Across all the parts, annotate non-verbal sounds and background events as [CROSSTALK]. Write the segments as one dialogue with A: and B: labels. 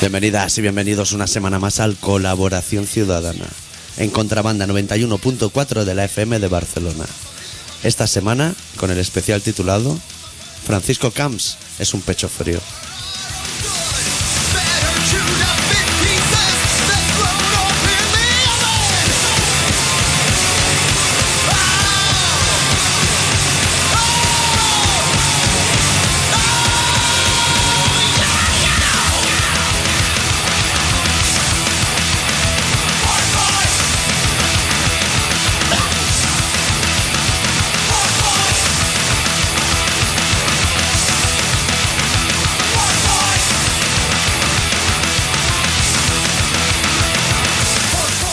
A: Bienvenidas y bienvenidos una semana más al Colaboración Ciudadana, en contrabanda 91.4 de la FM de Barcelona. Esta semana, con el especial titulado Francisco Camps es un pecho frío.
B: Better chewed up in pieces than thrown open the oven.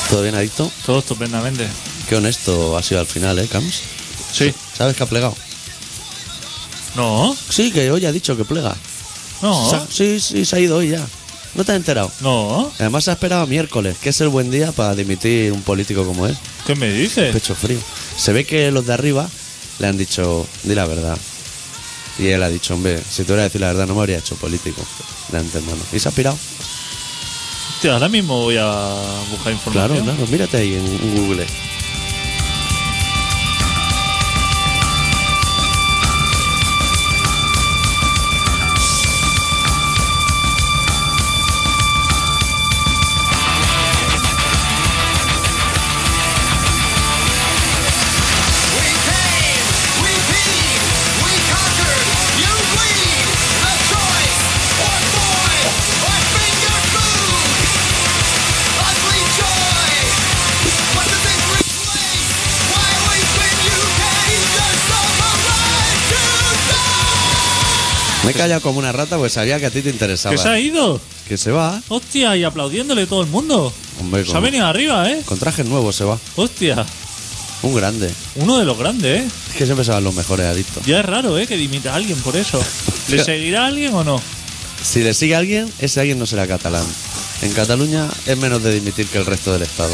A: ¿Todo bien, Adicto?
C: Todo estupendamente.
A: Qué honesto ha sido al final, ¿eh, Camps?
C: Sí.
A: ¿Sabes que ha plegado?
C: No,
A: Sí, que hoy ha dicho que plega. Se
C: no,
A: ha- Sí, sí, se ha ido hoy ya. ¿No te has enterado?
C: no.
A: Además se ha esperado a miércoles, que es el buen día para dimitir un político como él.
C: ¿Qué me dices?
A: [LAUGHS] Pecho frío. Se ve que los de arriba le han dicho, di la verdad. Y él ha dicho, hombre, si te hubiera decir la verdad no me habría hecho político de antemano. Y se ha pirado.
C: Hostia, ahora mismo voy a buscar
A: Claro,
C: información.
A: claro. Mírate ahí en Google.
B: We came, we beat, we conquered, you bleed. The choice, or boy, or finger food. Ugly joy. What does it replace? Why wait when you can eat yourself alive to
A: Me he callado como una rata porque sabía que a ti te interesaba.
C: ¿Que se ha ido?
A: Que se va.
C: Hostia, y aplaudiéndole todo el mundo.
A: Hombre,
C: Se ha
A: con,
C: venido arriba, ¿eh?
A: con trajes nuevos se va.
C: Hostia,
A: Un grande.
C: uno de los grandes, ¿eh?
A: Es que siempre se van los mejores adictos.
C: Ya es raro, ¿eh? Que dimita a alguien
A: [LAUGHS]
C: por eso. ¿Le
A: Hostia.
C: seguirá alguien o no?
A: Si le sigue alguien, ese alguien no será catalán. En Cataluña es menos de dimitir que el resto del Estado.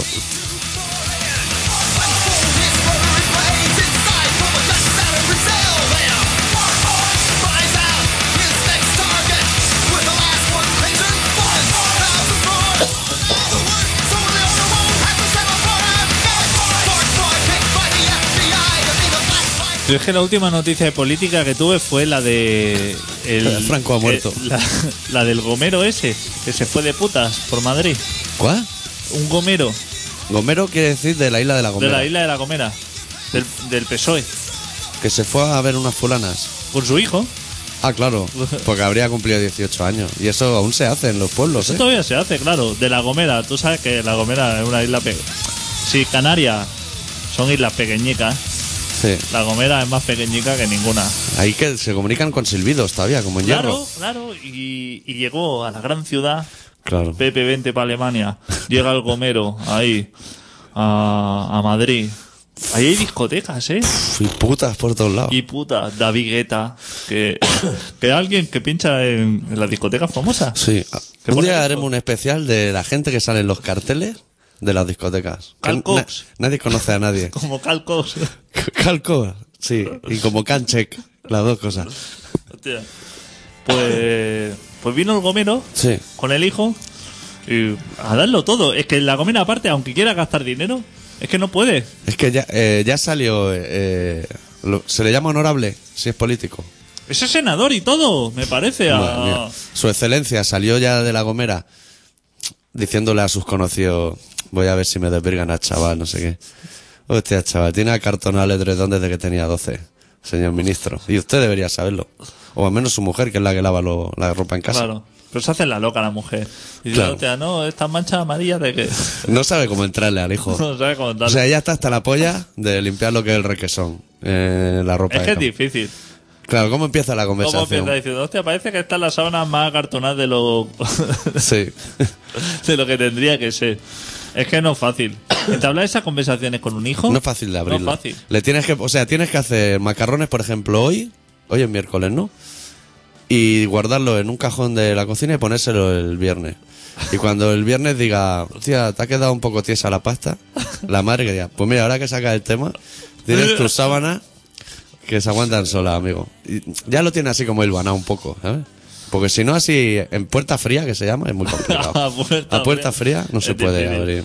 C: Yo es que la última noticia de política que tuve fue la de. El,
A: [LAUGHS] Franco ha
C: eh,
A: muerto.
C: la, la del gomero ese, que se fue de putas por Madrid.
A: ¿Cuál?
C: Un gomero
A: Gomero quiere decir de la isla de la
C: de
A: Gomera.
C: la isla de la Gomera, del, del PSOE,
A: Que se fue a ver unas fulanas.
C: con su hijo.
A: Ah,
C: [LAUGHS]
A: claro. Porque habría cumplido 18 años. Y eso aún se hace en los pueblos,
C: Eso
A: ¿eh?
C: todavía se hace, claro. De La Gomera, tú sabes que La Gomera es una isla pequeña. Si Canarias son islas pequeñicas,
A: Sí.
C: La Gomera es más pequeñica que ninguna.
A: Ahí que se comunican con silbidos todavía, como en
C: Claro,
A: hierro.
C: claro. Y, y llegó a la gran ciudad,
A: Claro.
C: Pepe 20 para Alemania. Llega el Gomero ahí, a, a Madrid. Ahí hay discotecas, ¿eh?
A: Y putas por todos lados.
C: Y puta, David Guetta, que, [COUGHS] que alguien que pincha en, en las discotecas famosas.
A: Sí.
C: ¿Qué
A: Un
C: pone
A: día
C: eso?
A: haremos un especial de la gente que sale en los carteles de las discotecas. Que
C: Cal Cox.
A: na- nadie conoce a
C: [LAUGHS]
A: nadie.
C: Como calcos.
A: Calco, sí. Y como Canchek, las dos cosas.
C: Hostia. Pues, pues vino el gomero
A: Sí.
C: con el hijo y a darlo todo. Es que la gomera aparte, aunque quiera gastar dinero, es que no puede.
A: Es que ya, eh, ya salió. eh, lo- se le llama honorable si es político.
C: Ese senador y todo, me parece. a-
A: Madre mía. Su excelencia salió ya de la Gomera diciéndole a sus conocidos: Voy a ver si me desvirgan a chaval, no sé qué. Hostia, chaval, tiene acartonado el edredón desde que tenía 12, señor ministro. Y usted debería saberlo. O al menos su mujer, que es la que lava lo- la ropa en casa.
C: Claro. Pero se hace la loca la mujer. Y dice,
A: Claro.
C: "Hostia, no, estas manchas amarillas de que... [LAUGHS]
A: No sabe cómo entrarle al hijo.
C: no sabe cómo tal.
A: O sea, ella está hasta la polla de limpiar lo que es el requesón. eh, la ropa.
C: es
A: de
C: que es
A: cama.
C: difícil.
A: Claro, ¿cómo empieza la
C: Como
A: conversación?
C: empieza diciendo, hostia, parece que están las sábanas más cartonadas de lo, [LAUGHS]
A: Sí.
C: de lo que tendría que ser. Es que no es fácil. Entablar esas conversaciones con un hijo.
A: No es fácil de abrirla.
C: No es fácil.
A: Le tienes que, o sea, tienes que hacer macarrones, por ejemplo, hoy, hoy es miércoles, ¿no? Y guardarlo en un cajón de la cocina y ponérselo el viernes. Y cuando el viernes diga, hostia, te ha quedado un poco tiesa la pasta, la madre que diga, pues mira, ahora que sacas el tema,
C: [LAUGHS]
A: tienes tus sábanas que se aguantan solas, amigo. Y ya lo tiene así como el banano un poco, ¿sabes? Porque si no, así en puerta fría, que se llama, es muy complicado.
C: [LAUGHS] A puerta
A: A puerta fría, no
C: es
A: se puede
C: difícil.
A: abrir.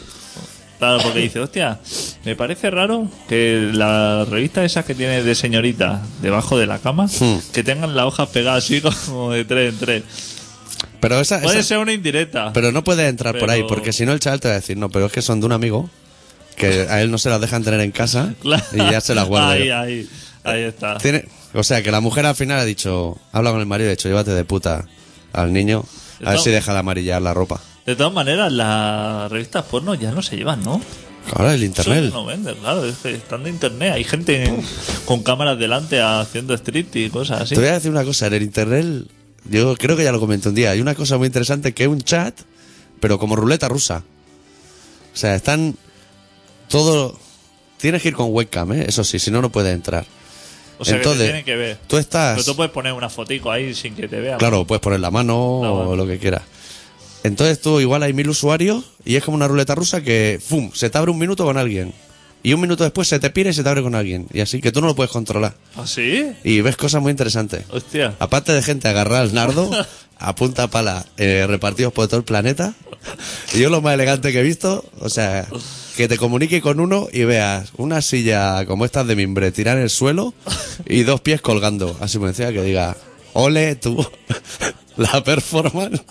C: Claro, porque dice, hostia, me parece raro que la revista esa que tiene de señorita debajo de la cama,
A: Hmm.
C: que tengan la hoja pegada así como de tres en tres.
A: Pero esa,
C: Puede
A: esa-
C: ser una indirecta.
A: pero no puedes entrar por ahí,
C: Pero-
A: porque si no el chaval te va a decir, no, pero es que son de un amigo, que a él no se las dejan tener en casa
C: [LAUGHS] Claro.
A: y ya se las guarda.
C: Ahí,
A: yo".
C: ahí, ahí está.
A: Tiene- o sea, que la mujer al final ha dicho, habla con el marido, ha dicho, llévate de puta al niño, a ver
C: Estamos-
A: si deja de amarillar la ropa.
C: De todas maneras, las revistas porno ya no se llevan, ¿no?
A: Ahora el
C: Eso
A: internet.
C: no vende, claro, es que están de internet. Hay gente en- con cámaras delante haciendo strip y cosas así.
A: Te voy a decir una cosa, en el internet, yo creo que ya lo comenté un día, hay una cosa muy interesante que es un chat, pero como ruleta rusa. O sea, están todo... Tienes que ir con webcam, ¿eh? eso sí, si no, no puedes entrar.
C: O sea, que
A: Entonces,
C: te tienen que ver.
A: Tú estás...
C: Pero tú puedes poner una fotico ahí sin que te vean.
A: Claro, puedes poner la mano
C: La mano.
A: o lo que quieras. Entonces tú igual hay mil usuarios y es como una ruleta rusa que, ¡fum!, se te abre un minuto con alguien. Y un minuto después se te pira y se te abre con alguien. Y así que tú no lo puedes controlar.
C: ¿Ah, sí?
A: Y ves cosas muy interesantes.
C: Hostia.
A: Aparte de gente agarrar al nardo, a punta pala, eh, repartidos por todo el planeta. Y yo lo más elegante que he visto, o sea, que te comunique con uno y veas una silla como estas de mimbre tirada en el suelo y dos pies colgando. Así me decía que diga, ole tú, [LAUGHS] la performance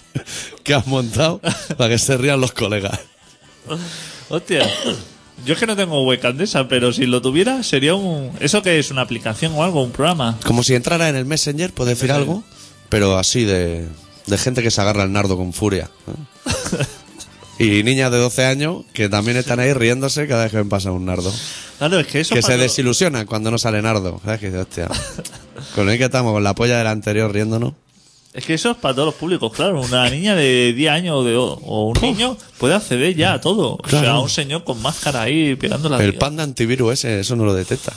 A: que has montado para que se rían los colegas.
C: Hostia. Yo es que no tengo webcam de esa, pero si lo tuviera sería un... ¿Eso qué es? ¿Una aplicación o algo? ¿Un programa?
A: Como si entrara en el Messenger, puedes decir algo, pero así de, de gente que se agarra al nardo con furia. [LAUGHS] ¿no? y niñas de 12 años que también están ahí riéndose cada vez que ven pasa un nardo.
C: Claro, es que eso...
A: Que se
C: para-
A: desilusionan cuando no sale nardo. ¿Sabes? Que dice, [LAUGHS] hostia. Con el que estamos, con la polla del anterior riéndonos.
C: Es que eso es para todos los públicos, claro. Una niña de 10 años o, de, o un niño puede acceder ya a todo. O sea,
A: Claro.
C: a un señor con máscara ahí pegando la...
A: El panda antivirus ese, eso no lo detecta.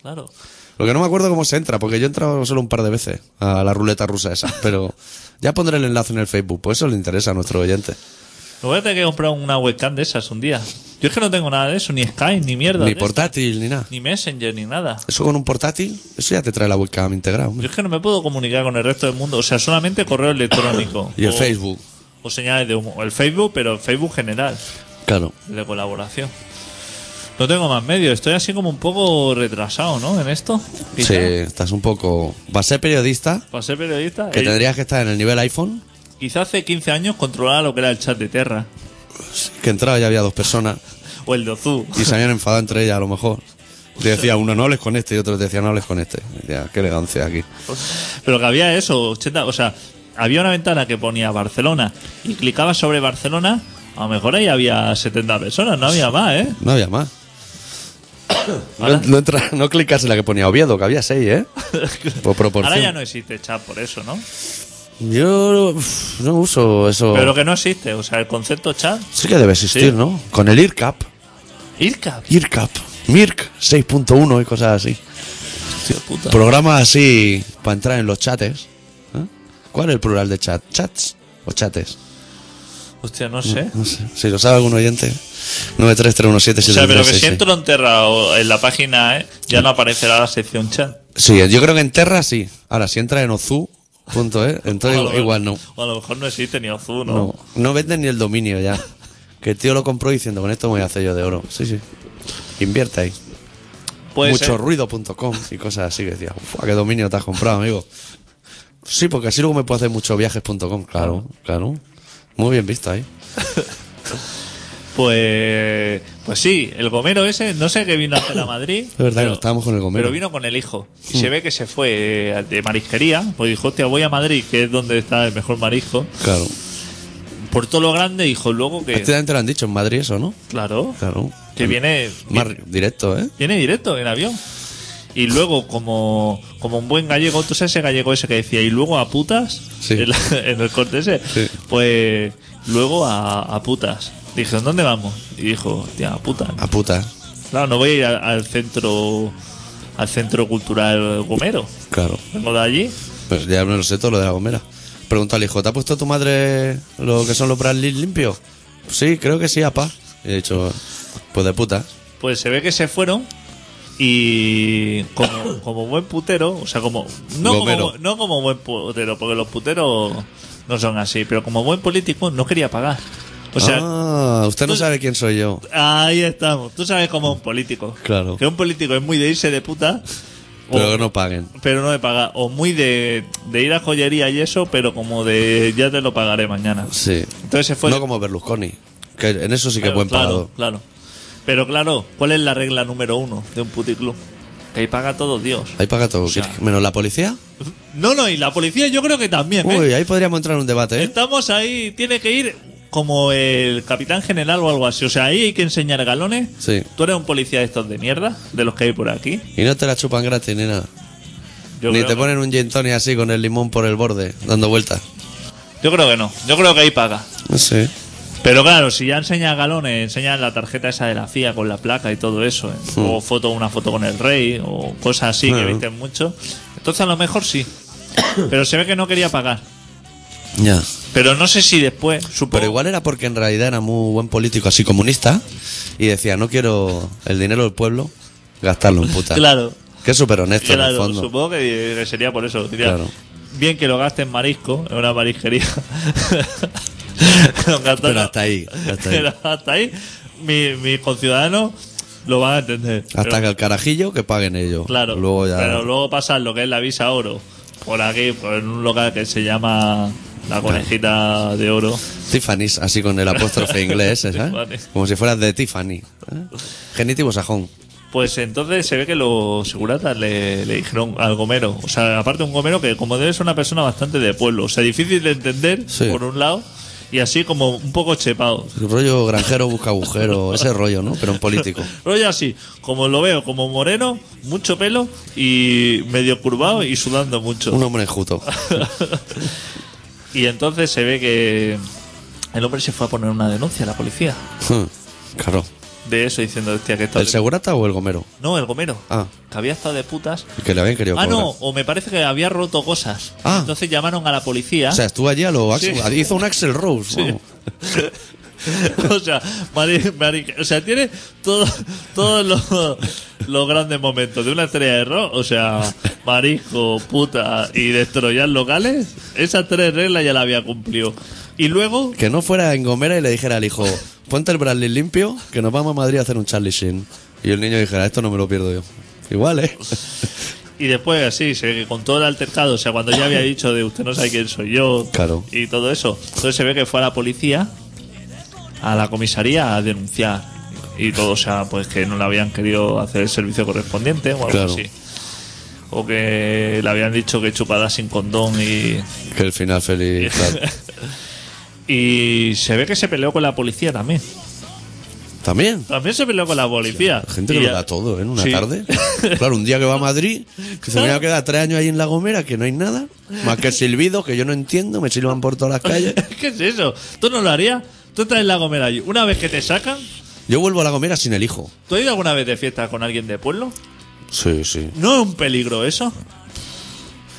C: Claro.
A: Lo que no me acuerdo cómo se entra, porque yo he entrado solo un par de veces a la ruleta rusa esa. Pero ya pondré el enlace en el Facebook, pues eso le interesa a nuestro oyente.
C: Me voy a tener que comprar una webcam de esas un día. Yo es que no tengo nada de eso, ni Skype, ni mierda.
A: Ni
C: de esas,
A: portátil, ni nada.
C: ni Messenger, ni nada.
A: Eso con un portátil, eso ya te trae la webcam integrada, hombre.
C: Yo es que no me puedo comunicar con el resto del mundo. O sea, solamente correo electrónico.
A: Y el
C: o-
A: Facebook.
C: O señales de humo. O el Facebook, pero el Facebook general.
A: Claro.
C: El de colaboración. No tengo más medios. Estoy así como un poco retrasado, ¿no? En esto.
A: Sí, estás un poco... Va a ser periodista,
C: Para ser periodista.
A: que
C: eh,
A: tendrías que estar en el nivel iPhone,
C: Quizá hace 15 años controlaba lo que era el chat de Terra.
A: que entraba ya había dos personas
C: O el de Ozu. [LAUGHS]
A: y se habían enfadado entre ellas a lo mejor. Te decía uno, no hables con este, y otro te decía, no hables con este. Y decía, qué elegancia aquí.
C: Pero que había eso, 80, o sea, había una ventana que ponía Barcelona y clicabas sobre Barcelona, a lo mejor ahí había 70 personas, no había más, ¿eh?
A: No había
C: [COUGHS]
A: más. No,
C: Ahora-
A: no entra- no clicas en la que ponía Oviedo, que había seis,
C: [LAUGHS]
A: ¿eh? Por proporción.
C: Ahora ya no existe chat por eso, ¿no?
A: Yo uf, no uso eso.
C: Pero que no existe, o sea, el concepto chat,
A: Sí que debe existir,
C: Sí.
A: ¿no? Con el IRCAP.
C: IRCA,
A: IRCAP. MIRC 6.1 y cosas así.
C: hostia puta.
A: Programas así para entrar en los chates. ¿eh? ¿Cuál es el plural de chat? ¿Chats o chates?
C: Hostia, no sé.
A: No sé. Si lo sabe algún oyente, 93317
C: O sea, pero que si entro en Terra o en la página, ¿eh? ya no aparecerá la sección chat.
A: Sí, yo creo que en Terra sí. Ahora, si entra en Ozu, punto, ¿eh?
C: O
A: entonces
C: a lo
A: igual, igual no.
C: mejor- O a lo mejor no existe ni Ozu, ¿no?
A: No, no venden ni el dominio ya. Que el tío lo compró diciendo, con esto me voy a hacer yo de oro. Sí, sí. Invierte ahí.
C: Puede ser.
A: Muchoruido.com y cosas así. Que decía, "Ufua, ¿qué dominio te has comprado, amigo? Sí, porque así luego me puedo hacer muchoviajes.com. Claro, claro. Muy bien visto ahí.
C: Pues, pues sí, el gomero ese, no sé qué vino a hacer a Madrid.
A: Es verdad que no estábamos con el gomero. Hmm.
C: Pero vino con el hijo. Y se ve que se fue eh, de marisquería. Pues dijo, hostia, voy a Madrid, que es donde está el mejor marisco.
A: Claro.
C: Por todo lo grande, dijo luego que.
A: Prácticamente lo han dicho en Madrid eso, ¿no?
C: Claro,
A: Claro.
C: que viene.
A: Más directo, ¿eh?
C: Viene directo en avión. Y luego, como, como un buen gallego, tú sabes ese gallego ese que decía, y luego a putas,
A: Sí.
C: en, la- en el corte ese,
A: Sí.
C: pues luego a, a putas. Dije, ¿dónde vamos? Y dijo, hostia, a putas.
A: A puta.
C: Claro, no voy a ir al, al centro al centro cultural Gomero.
A: Claro.
C: Vengo de allí.
A: Pues ya no lo sé todo lo de la gomera. Pregunta al hijo, ¿te ha puesto tu madre lo que son los Bradley limpios? Sí, creo que sí, apá. Y he dicho, pues de puta.
C: Pues se ve que se fueron Y como, como buen putero, o sea, como no,
A: Gomero.
C: como bu- no como buen putero, porque los puteros no son así, pero como buen político no quería pagar. O sea,
A: ah, usted no
C: tú-
A: sabe quién soy yo.
C: Ahí estamos. Tú sabes cómo es un político.
A: Ah. Claro.
C: Que un político es muy de irse de puta. o-
A: Pero que no paguen.
C: pero no de pagar. O muy de, de ir a joyería y eso, pero como de ya te lo pagaré mañana.
A: Sí.
C: Entonces se fue.
A: no como Berlusconi. Que en eso sí que
C: Pero
A: buen
C: claro,
A: pagador.
C: Claro. Pero claro, ¿cuál es la regla número uno de un puticlub? Que ahí paga todo Dios.
A: Ahí paga todo.
C: sea-
A: Menos la
C: [LAUGHS]
A: policía.
C: No, no, y la policía yo creo que también. ¿eh?
A: Uy, ahí podríamos entrar en un debate, ¿eh?
C: Estamos ahí, tiene que ir como el capitán general o algo así. O sea, ahí hay que enseñar galones.
A: Sí.
C: Tú eres un policía de estos de mierda, de los que hay por aquí.
A: Y no te la chupan gratis ni nada.
C: Yo
A: ni
C: creo
A: te
C: que-
A: ponen un gin tonic así con el limón por el borde, dando vueltas.
C: Yo creo que no. Yo creo que ahí paga.
A: No sé.
C: Pero claro, si ya enseña galones, enseña la tarjeta esa de la FIA con la placa y todo eso, ¿eh?
A: Hmm.
C: o foto una foto con el rey, o cosas así que
A: Claro.
C: visten mucho, entonces a lo mejor sí. [COUGHS] Pero se ve que no quería pagar.
A: Ya.
C: Pero no sé si después, supongo.
A: Pero igual era porque en realidad era muy buen político, así comunista, y decía, no quiero el dinero del pueblo, gastarlo en puta.
C: [LAUGHS] Claro,
A: Que es súper honesto en el
C: claro,
A: fondo.
C: supongo que, que sería por eso. diría,
A: Claro.
C: Bien que lo gaste en marisco, en
A: [LAUGHS]
C: una marisquería. Lo gastó-
A: Pero hasta ahí, hasta ahí.
C: [LAUGHS] Pero hasta ahí, mi- mis conciudadanos lo van a entender.
A: Hasta
C: Pero-
A: que el carajillo que paguen ellos.
C: Claro.
A: Luego ya.
C: Pero luego pasar lo que es la visa oro por aquí, por un local que se llama la conejita de oro.
A: Tiffany's, así con el
C: [LAUGHS]
A: apóstrofe inglés, ese,
C: Vale.
A: ¿sabes? Como si fueras de Tiffany. ¿eh? Genitivo sajón.
C: Pues entonces se ve que los seguratas le, le dijeron al gomero. O sea, aparte un gomero que como debe ser una persona bastante de pueblo. O sea, difícil de entender,
A: Sí.
C: por un lado, y así como un poco chepado.
A: El rollo granjero busca agujero, ese rollo, ¿no? Pero en político.
C: Rollo así, como lo veo, como moreno, mucho pelo y medio curvado y sudando mucho.
A: Un hombre
C: [LAUGHS]
A: enjuto.
C: Y entonces se ve que el hombre se fue a poner una denuncia a la policía.
A: Hm. claro.
C: de eso diciendo, hostia, que está.
A: ¿El segurata o el gomero?
C: No, el gomero.
A: Ah.
C: Que había estado de putas.
A: Que le habían querido
C: Ah, no,
A: cobrar.
C: o me parece que había roto cosas.
A: Ah.
C: Entonces llamaron a la policía.
A: O sea, estuvo allí a lo Axl-
C: Sí.
A: hizo un Axel Rose. vamos.
C: [LAUGHS] o sea, mari- mari- o sea, tiene todo- todos los, los grandes momentos de una estrella de rock. O sea, marisco, puta y destroyar locales. Esas tres reglas ya las había cumplido. Y luego,
A: Que no fuera en Gomera y le dijera al hijo, ponte el Bradley limpio, que nos vamos a Madrid a hacer un Charlie Sheen. Y el niño dijera, esto no me lo pierdo yo. Igual,
C: [LAUGHS]
A: ¿eh?
C: Y después, así, se ve que con todo el altercado, o sea, cuando ya había dicho de usted no sabe quién soy yo,
A: Claro.
C: y todo eso, entonces se ve que fue a la policía, a la comisaría, a denunciar. Y todo, o sea, pues que no le habían querido hacer el servicio correspondiente o algo
A: Claro.
C: así. O que le habían dicho que chupada sin condón y.
A: Que el final feliz.
C: [LAUGHS]
A: claro.
C: Y se ve que se peleó con la policía también.
A: También.
C: También se peleó con la policía.
A: La gente
C: Y
A: que
C: ya-
A: lo da todo ¿eh? en una
C: Sí. [LAUGHS]
A: tarde. Claro, un día que va a Madrid, que se me va a quedar tres años ahí en La Gomera, que no hay nada, más que silbidos, que yo no entiendo, me silban por todas las calles.
C: ¿Qué es eso? ¿Tú no lo harías? Tú estás en la gomera allí. Una vez que te sacan,
A: Yo vuelvo a La Gomera sin el hijo.
C: ¿Tú has ido alguna vez de fiesta con alguien de pueblo?
A: Sí, sí.
C: ¿No es un peligro eso?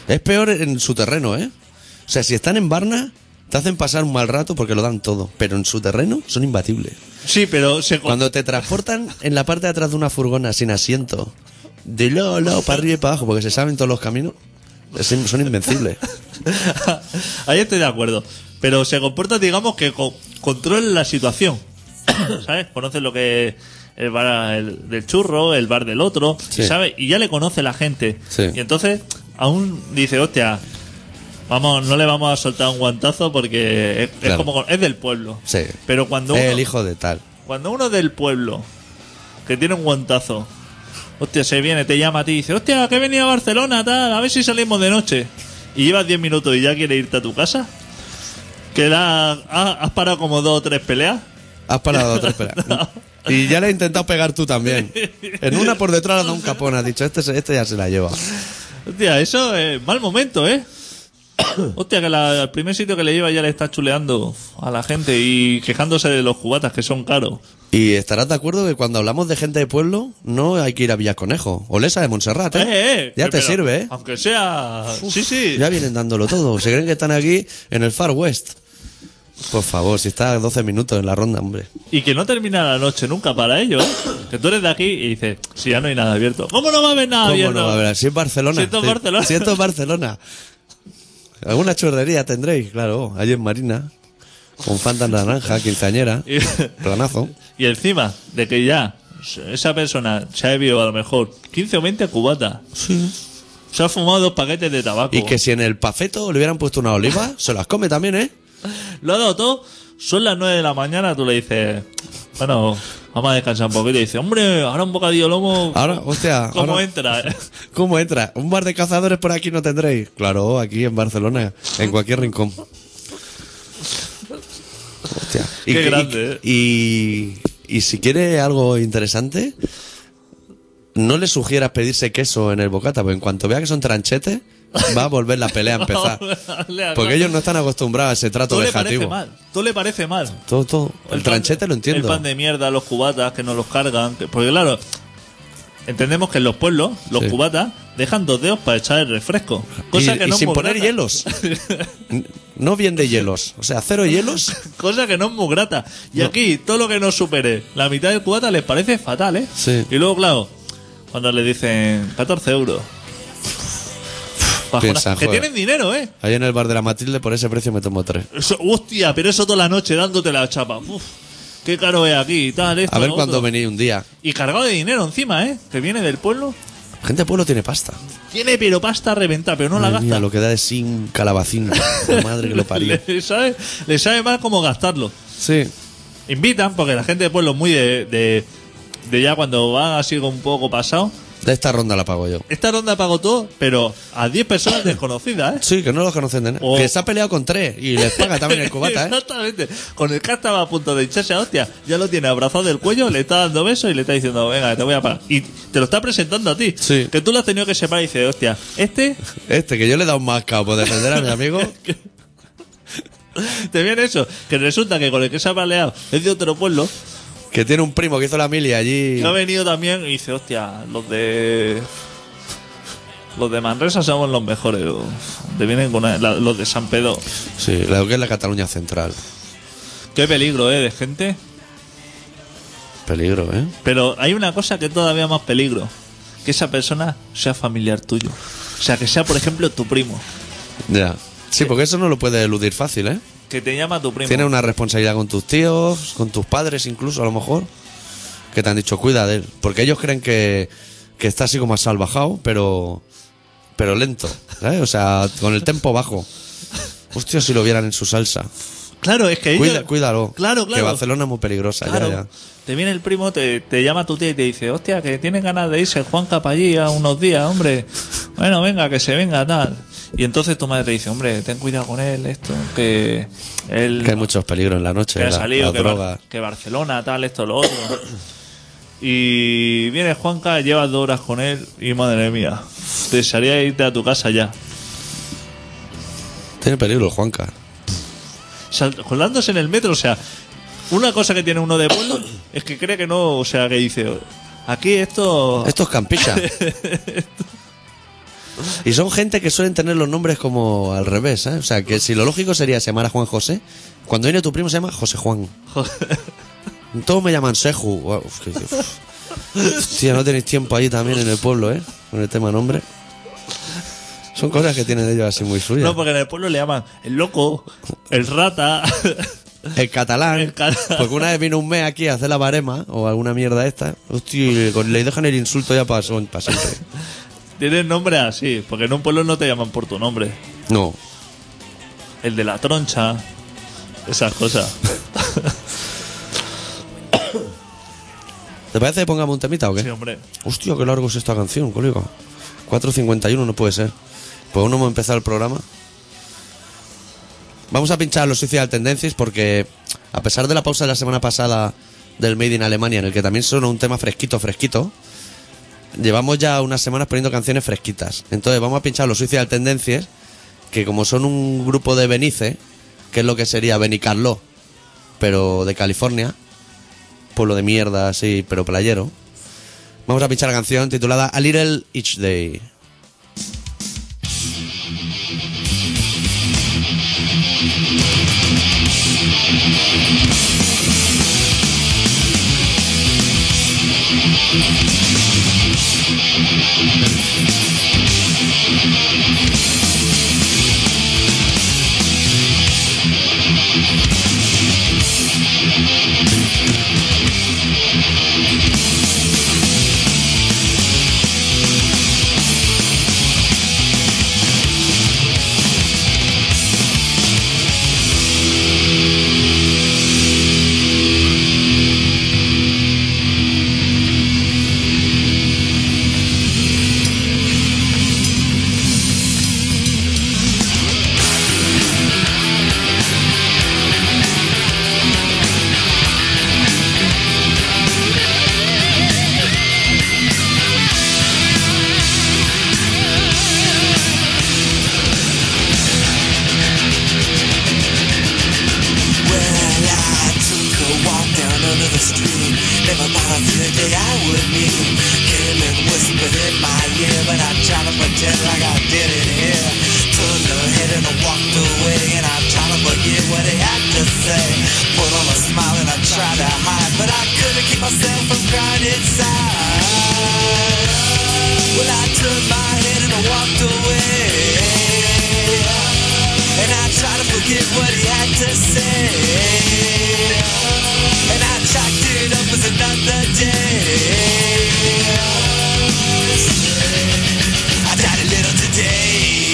A: Es peor en su terreno, ¿eh? O sea, si están en Barna, te hacen pasar un mal rato porque lo dan todo. Pero en su terreno son imbatibles.
C: Sí, pero se con-
A: Cuando te transportan en la parte de atrás de una furgona sin asiento, de lado a lado, para arriba y para abajo, porque se saben todos los caminos, es in- son invencibles.
C: [LAUGHS] Ahí estoy de acuerdo. Pero se comporta, digamos, que co- controla la situación. [COUGHS] ¿Sabes? Conoces lo que es el bar el- del churro, el bar del otro,
A: Sí.
C: ¿sabes? Y ya le conoce la gente.
A: Sí.
C: Y entonces aún dice, hostia, vamos, no le vamos a soltar un guantazo porque es, es
A: Claro.
C: como con- es del pueblo.
A: Sí.
C: Pero cuando
A: Es
C: uno-
A: el hijo de tal.
C: Cuando uno del pueblo que tiene un guantazo, hostia, se viene, te llama a ti y dice, hostia, que he venido a Barcelona, tal, a ver si salimos de noche. Y llevas 10 minutos y ya quiere irte a tu casa. Que la, ha- has parado como dos o tres peleas.
A: Has parado otra
C: [LAUGHS]
A: espera. Y ya le has intentado pegar tú también. En una por detrás le has dado un capón, has dicho, este, se- este ya se la lleva.
C: Hostia, eso es mal
A: [COUGHS]
C: momento, ¿eh? Hostia, que la- al primer sitio que le lleva ya le está chuleando a la gente y quejándose de los cubatas que son caros.
A: Y estarás de acuerdo que cuando hablamos de gente de pueblo, no hay que ir a Villaconejo. O Lesa de Montserrat, ¿eh?
C: Eh, eh,
A: ya
C: que-
A: te
C: pero
A: sirve, ¿eh?
C: Aunque sea... sí, sí.
A: Ya vienen dándolo todo. Se creen que están aquí en el Far West. Por favor, si está 12 minutos en la ronda, hombre.
C: Y que no termina la noche nunca para ellos. Que tú eres de aquí y dices, si ya no hay nada abierto. ¿Cómo Ah, no va a haber nada
A: ¿Cómo
C: abierto?
A: no? A ver, si es Barcelona.
C: Si esto es
A: Sí,
C: Barcelona.
A: si esto es Barcelona. Alguna churrería tendréis, claro. Allí en Marina. Con Fanta naranja, quinceañera.
C: [LAUGHS] Y-
A: Planazo.
C: Y encima de que ya esa persona se ha bebido a lo mejor 15 o 20 cubatas. Se ha fumado dos paquetes de tabaco.
A: Y que si en el pafeto le hubieran puesto una oliva, se las come también, ¿eh?
C: Lo ha dado todo. Son las 9 de la mañana, tú le dices, bueno, vamos a descansar un poquito. Y dice, hombre, ahora un bocadillo lomo.
A: Ahora, hostia.
C: ¿Cómo
A: ahora-
C: entra?
A: ¿Cómo entra? Un bar de cazadores por aquí no tendréis. Claro, aquí en Barcelona, en cualquier rincón. Hostia.
C: Qué
A: que-
C: grande, eh.
A: Y, y si quiere algo interesante, no le sugieras pedirse queso en el bocata, porque en cuanto vea que son tranchetes, va a volver la
C: [LAUGHS]
A: pelea a empezar. Porque ellos no están acostumbrados a ese trato
C: Todo le parece
A: vejativo.
C: mal. Todo le parece mal.
A: Todo, todo. El,
C: pan-
A: tranchete lo entiendo.
C: El pan de mierda, los cubatas que no los cargan. que- porque claro, entendemos que en los pueblos, los
A: Sí.
C: cubatas dejan dos dedos para echar el refresco. Cosa
A: y,
C: que
A: y
C: no es
A: sin
C: muy
A: poner
C: grata.
A: hielos. N- No bien de hielos. O sea, cero hielos.
C: [LAUGHS] Cosa que no es muy grata. Y aquí, todo lo que no supere la mitad del cubata les parece fatal, ¿eh?
A: Sí.
C: Y luego, claro, cuando le dicen 14 euros. Bajonas.
A: Piensa,
C: que
A: joder.
C: tienen dinero, ¿eh?
A: Ahí en el bar de la Matilde, por ese precio me tomo tres.
C: Eso, hostia, pero eso toda la noche dándote la chapa. Uf, qué caro es aquí y tal, esto,
A: A ver
C: lo
A: cuándo
C: otro.
A: venís un día.
C: Y cargado de dinero encima, ¿eh? Que viene del pueblo.
A: Gente de pueblo tiene pasta.
C: Tiene pero pasta a reventar, pero no la
A: Madre mía,
C: gasta.
A: lo que da es sin
C: [LAUGHS]
A: calabacín. La madre que lo parió.
C: Le sabe, le sabe mal cómo gastarlo.
A: Sí.
C: Invitan, porque la gente de pueblo es muy de, de, de ya cuando van así un poco pasado.
A: De esta ronda la pago yo.
C: Esta ronda pagó todo, pero a 10 personas desconocidas, ¿eh?
A: Sí, que no los conocen de nada.
C: Oh.
A: Que se ha peleado con tres y les paga también el
C: [LAUGHS]
A: cubata, ¿eh?
C: Exactamente. Con el que estaba a punto de hincharse a hostia, ya lo tiene abrazado del cuello, le está dando besos y le está diciendo, venga, te voy a pagar. Y te lo está presentando a ti.
A: Sí.
C: Que tú lo has tenido que separar y dices, hostia, este
A: Este, que yo le he dado un mascao por defender a mi amigo.
C: [LAUGHS] te viene eso. Que resulta que con el que se ha paleado es de otro pueblo,
A: Que tiene un primo que hizo la mili allí.
C: que ha venido también y dice, hostia, los de. Los de Manresa somos los mejores. Uf, Te vienen con una- la- los de San Pedro.
A: Sí, lo que es la Cataluña Central.
C: Qué peligro, ¿eh? De gente.
A: Peligro, ¿eh?
C: Pero hay una cosa que es todavía más peligro. Que esa persona sea familiar tuyo. O sea, que sea, por ejemplo, tu primo.
A: Ya. Sí, porque eso no lo puede eludir fácil, ¿eh?
C: Que te llama tu primo.
A: Tienes una responsabilidad con tus tíos, con tus padres incluso, a lo mejor, que te han dicho, cuida de él. Porque ellos creen que, que está así como asalvajado, pero, pero lento, ¿sabes? O sea, con el tempo bajo. Hostia, si lo vieran en su salsa.
C: Claro, es que ellos...
A: Cuida- cuídalo.
C: Claro,
A: Que
C: claro.
A: Barcelona es muy peligrosa, ya,
C: Claro.
A: ya.
C: Te viene el primo, te, te llama tu tía y te dice, hostia, que tienes ganas de irse Juanca para allí a unos días, hombre. Bueno, venga, que se venga, tal. Y entonces tu madre te dice, hombre, ten cuidado con él, esto, que él
A: Que hay muchos peligros en la noche,
C: que ha
A: la-
C: salido,
A: las
C: que, Bar-
A: drogas.
C: que Barcelona, tal, esto, lo otro. y viene Juanca, llevas dos horas con él y madre mía, te desearía irte a tu casa ya.
A: Tiene peligro el Juanca.
C: Sal- colándose en el metro, o sea, una cosa que tiene uno de pueblo es que cree que no, o sea, que dice, aquí esto...
A: Estos
C: [LAUGHS]
A: campistas. Y son gente que suelen tener los nombres como al revés, ¿eh? O sea, que si lo lógico sería se llamara Juan José, cuando viene tu primo se llama José Juan. Todos me llaman Seju. Guau, uf, que- uf. Hostia, no tenéis tiempo allí también en el pueblo, ¿eh? Con el tema nombre. Son cosas que tienen ellos así muy suyas.
C: No, porque en el pueblo le llaman el loco, el rata, [LAUGHS]
A: El catalán.
C: El catalán.
A: Porque una vez vino un mes aquí a hacer la barema o alguna mierda esta. Hostia, y le, con- le dejan el insulto ya para siempre.
C: tienen nombre así, porque en un pueblo no te llaman por tu nombre.
A: No.
C: El de la troncha, esas cosas.
A: ¿Te parece que pongamos un temita o qué?
C: Sí, hombre.
A: Hostia, qué largo es esta canción, colega. 4.51 no puede ser. Pues aún no hemos empezado el programa. Vamos a pinchar los Suicidal Tendencies porque, a pesar de la pausa de la semana pasada del Made in Alemania, en el que también sonó un tema fresquito, fresquito, llevamos ya unas semanas poniendo canciones fresquitas. Entonces vamos a pinchar los Suicidal Tendencies, que como son un grupo de Benice, que es lo que sería Benicarló, pero de California, pueblo de mierda así, pero playero. Vamos a pinchar la canción titulada A Little Each Day.
B: Thank
D: Well, I took a walk down another street. Never thought of the day I would meet him and whispered in my ear, but I tried to pretend like I didn't hear. Turned her head and I walked away, and I tried to forget what he had to say. Put on a smile and I tried to hide, but I couldn't keep myself from crying inside. Well, I turned my head and I walked away. And I tried to forget what he had to say. And I chalked it up as another day. I died a little today.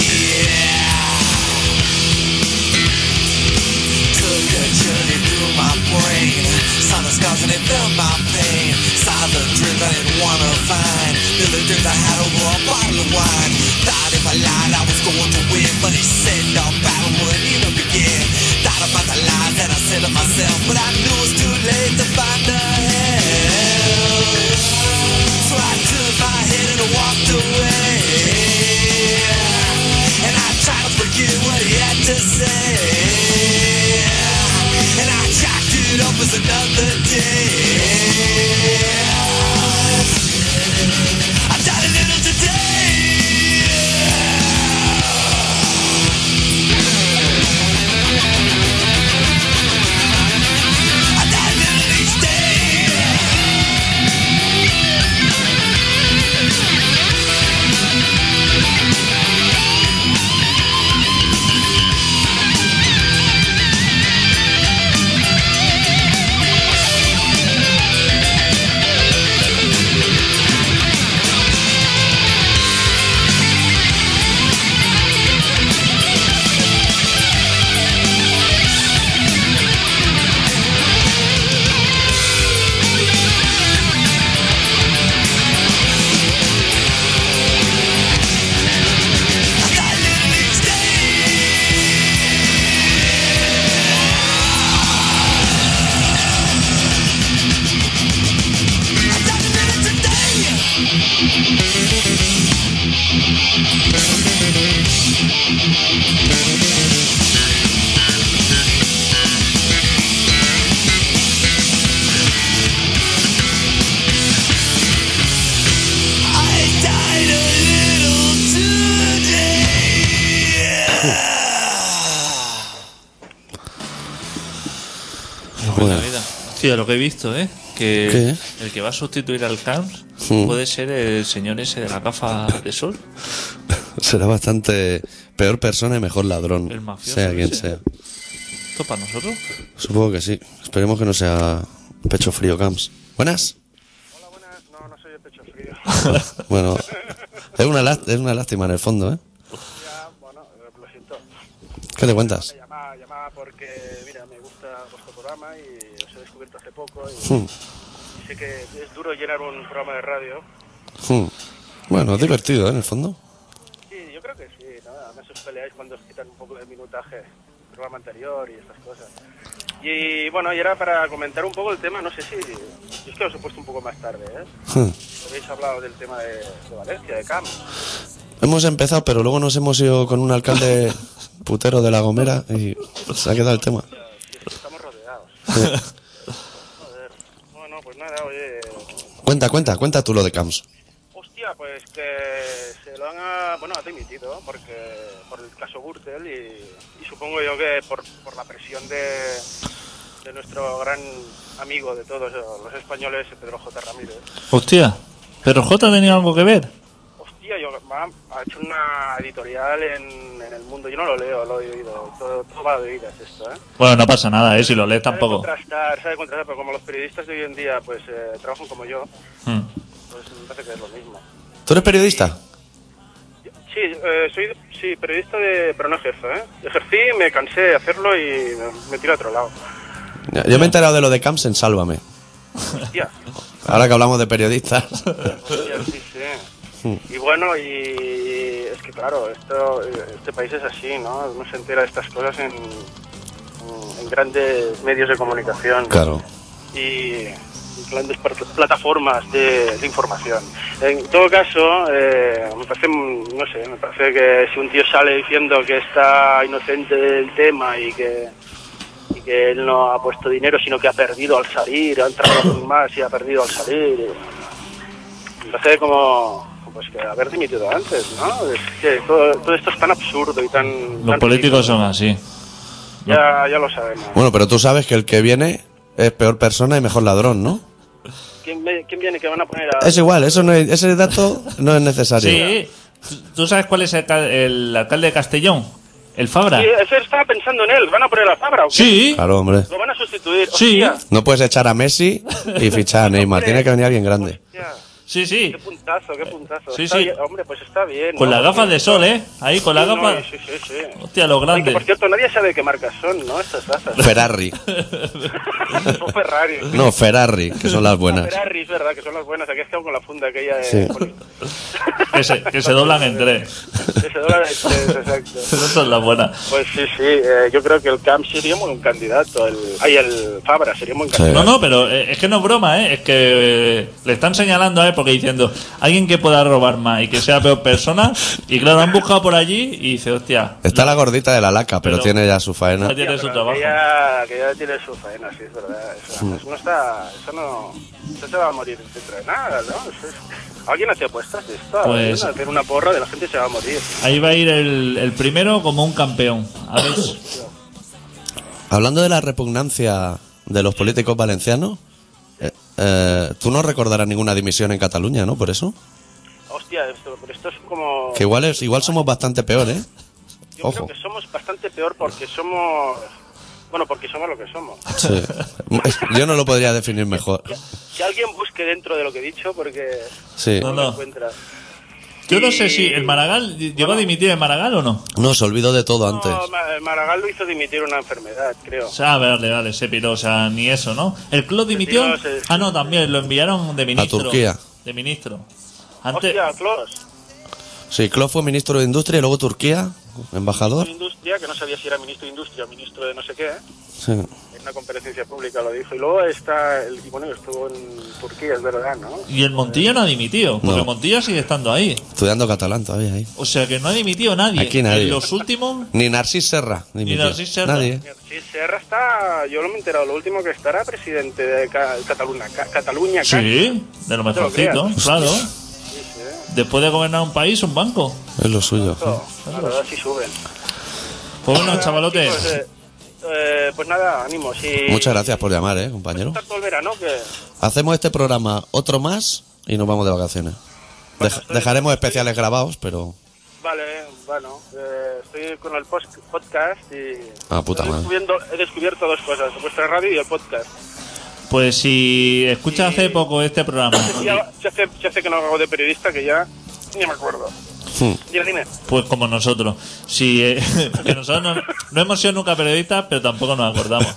D: Took a journey through my brain. Saw the scars and it felt my pain. Saw the dreams I didn't wanna find. Little dreams I had over a bottle of wine. Thought if I lied I was going to win, but he said no battle wouldn't even begin. Thought about the lies that I said to myself, but I knew it was too late to find the hell. So I took my head and I walked away. And I tried to forget what he had to say. And I chalked it up as another day. I died a little today. I died a little each day. I died a little each day. I died a little today. I died a little today.
A: Joder.
C: La vida. Tío, lo que he visto, ¿eh? Que el que va a sustituir al Camps
A: Hmm.
C: puede ser el señor ese de la gafa de sol.
A: Será bastante peor persona y mejor ladrón.
C: El mafioso
A: sea quien
C: ese.
A: sea.
C: ¿Esto para nosotros?
A: Supongo que sí. Esperemos que no sea pecho frío Camps. Buenas.
E: Hola, buenas. No, no soy de pecho frío. [LAUGHS]
A: Bueno, es una, lás- es una lástima en el fondo, ¿eh?
E: Ya, bueno, eh, lo siento.
A: ¿Qué te cuentas?
E: Llamaba, llamaba porque, mira, me gusta vuestro programa y os he descubierto hace poco. Y
A: Hmm,
E: sé que es duro llenar un programa de radio.
A: hmm. Bueno, es divertido, ¿eh? En el fondo.
E: Sí, yo creo que sí. ¿no? Además os peleáis cuando os quitan un poco de minutaje del programa anterior y estas cosas. Y bueno, y era para comentar un poco el tema, no sé si... Yo es que os he puesto un poco más tarde, ¿eh?
A: Hmm.
E: Habéis hablado del tema de, de Valencia, de Camps.
A: Hemos empezado, pero luego nos hemos ido con un
C: [LAUGHS]
A: alcalde putero de La Gomera y se ha quedado el tema.
E: Estamos rodeados. Joder. Bueno, pues nada, oye...
A: Cuenta, cuenta, cuenta tú lo de Camps.
E: Hostia, pues que se lo han, ah, bueno, ha dimitido porque por el caso Gürtel y, y supongo yo que por, por la presión de, de nuestro gran amigo de todos los españoles, Pedro J. Ramírez.
C: Hostia, ¿pero J tenía algo que ver?
E: Hostia, yo, ma- ha hecho una editorial en, en el mundo. Yo no lo leo, lo he oído. Todo, todo va de oídas esto, ¿eh?
C: Bueno, no pasa nada, ¿eh? Si lo lees tampoco.
E: Sabe contrastar, sabe contrastar, pero como los periodistas de hoy en día pues eh, trabajan como yo,
C: Mm.
E: pues me parece que es lo mismo.
A: ¿Tú eres periodista?
E: Sí, eh, soy sí, periodista, de, pero no ejerzo, ¿eh? Ejercí, me cansé de hacerlo y me, me tiré a otro lado.
A: Ya, Yo me he enterado de lo de Camps en Sálvame.
E: Hostia,
A: Ahora que hablamos de periodistas.
E: hostia, sí, sí. Y bueno, y es que claro, esto, este país es así, ¿no? Uno se entera de estas cosas en, en- en grandes medios de comunicación.
A: Claro.
E: y grandes plat- plataformas de, de información. En todo caso, eh, me parece, mm, no sé, me parece que si un tío sale diciendo que está inocente del tema y que, y que él no ha puesto dinero, sino que ha perdido al salir, ha entrado con más y ha perdido al salir, me parece como pues que haber dimitido antes, ¿no? Es que todo, todo esto es tan absurdo y tan...
C: Los
E: tan
C: políticos son así.
E: ridículo. Ya, ya lo sabemos.
A: Bueno, pero tú sabes que el que viene es peor persona y mejor ladrón, ¿no?
E: ¿Quién, ve- quién viene que van a poner a...
A: Es igual, eso no es- ese dato no es necesario.
C: Sí, ¿tú- ¿tú sabes cuál es el, ca- el alcalde de Castellón? ¿El Fabra? [LAUGHS]
E: Sí, eso estaba pensando en él. ¿Van a poner a Fabra o qué?
C: Sí,
A: Claro, hombre.
E: ¿Lo van a sustituir?
C: Sí.
E: Hostia,
A: No puedes echar a Messi y fichar a Neymar. Tiene que venir alguien grande.
E: hostia.
C: sí, sí.
E: Qué puntazo, qué puntazo.
C: Sí,
E: Está
C: sí.
E: bien, Hombre, pues está bien.
C: Con
E: ¿no?
C: las gafas de sol, ¿eh? Ahí, con las
E: Sí, no,
C: gafas.
E: Sí, sí, sí.
C: Hostia, los
E: Ay, que,
C: grandes.
E: por cierto, nadie sabe qué marcas son, ¿no? Estas
C: [LAUGHS]
E: gafas.
A: Ferrari.
E: son Ferrari.
A: No, Ferrari, que son las
E: Ah,
A: buenas.
E: Ferrari, es verdad, que son las buenas. Aquí has quedado con la funda aquella de...
A: Sí.
C: Que se, que se doblan en
E: [LAUGHS]
C: tres.
E: Ese dólar es- es exacto.
C: Esas son las buenas.
E: Pues sí, sí, eh, yo creo que el Camp sería muy un candidato. El, ay, el Fabra sería muy un candidato.
C: No, no, pero eh, es que no es broma, ¿eh? Es que eh, le están señalando, ¿eh? Porque diciendo, alguien que pueda robar más y que sea peor persona. Y claro, han buscado por allí y dice, hostia,
A: Está la gordita de la laca, pero,
C: Pero-
A: tiene ya su faena.
C: ya tiene su trabajo.
E: Que ya, que ya tiene su faena, sí, es verdad. Eso, eso no está, eso no, eso se va a morir dentro de nada, ¿no? Eso es- alguien hace apuestas de esto, alguien
C: Pues-
E: a hacer una porra de la gente se va a morir.
C: Ahí va a ir el, el primero como un campeón. A ver.
A: Hablando de la repugnancia de los políticos valencianos, eh, eh, tú no recordarás ninguna dimisión en Cataluña, ¿no? Por eso.
E: Hostia, esto, pero esto es como...
A: Que igual, es, igual somos bastante peores, ¿eh?
E: yo
A: Ojo.
E: creo que somos bastante peor porque somos... Bueno, porque somos lo que somos.
A: Sí. [LAUGHS] Yo no lo podría definir mejor.
E: Que alguien busque dentro de lo que he dicho porque
A: Sí.
E: no,
C: No,
E: lo
C: no.
E: encuentra.
C: Yo no sé si el Maragall llegó a dimitir el Maragall o no.
A: No, se olvidó de todo antes.
E: No, Ma- Maragall lo hizo dimitir una enfermedad, creo.
C: O sea, vale, vale, se piró, o sea, ni eso, ¿no? El club dimitió.
E: piró, se-
C: Ah, no, también lo enviaron de ministro.
A: Turquía.
C: De ministro. Antes,
E: Hostia, Clos,
A: Sí, Clos fue ministro de Industria y luego Turquía, embajador.
E: industria, que no sabía si era ministro de industria o ministro de no sé qué, ¿eh?
A: Sí.
E: en una comparecencia pública lo dijo. Y luego está el bueno que estuvo en Turquía, es verdad, ¿no?
C: y el Montilla no ha dimitido, porque
A: No.
C: Montilla sigue estando ahí.
A: Estudiando catalán todavía ahí.
C: O sea, que no ha dimitido nadie.
A: Aquí nadie.
C: En los últimos,
A: Ni Narcís Serra. dimitió.
C: Narcís Serra.
A: Nadie.
E: Sí, Serra está, yo lo me he enterado, lo último que estará presidente de Ca- Cataluña, Ca- Cataluña Ca-
C: sí, de lo mejorcito,
E: creas.
C: claro.
E: sí, sí.
C: Después de gobernar un país, un banco.
A: Es lo suyo.
E: Esto, la verdad sí suben.
C: Pues
E: [LAUGHS]
C: bueno, chavalote.
E: Chicos, eh, eh, pues nada, ánimo. Sí,
A: Muchas gracias por llamar, ¿eh, compañero?
E: Estar todo el verano que
A: Hacemos este programa otro más y nos vamos de vacaciones. Dej- dejaremos especiales grabados, pero...
E: vale, bueno, eh, estoy con el post- podcast y
A: Ah, puta
E: he
A: madre.
E: descubierto- he descubierto dos cosas, vuestra radio y el podcast.
C: Pues si escuchas hace poco este programa,
E: Ya, se, hace, se hace que no hago de periodista que ya ni me acuerdo.
A: Hmm.
E: Dime, dime.
C: pues como nosotros. Si, eh, [LAUGHS] porque nosotros no, no hemos sido nunca periodistas, pero tampoco nos acordamos.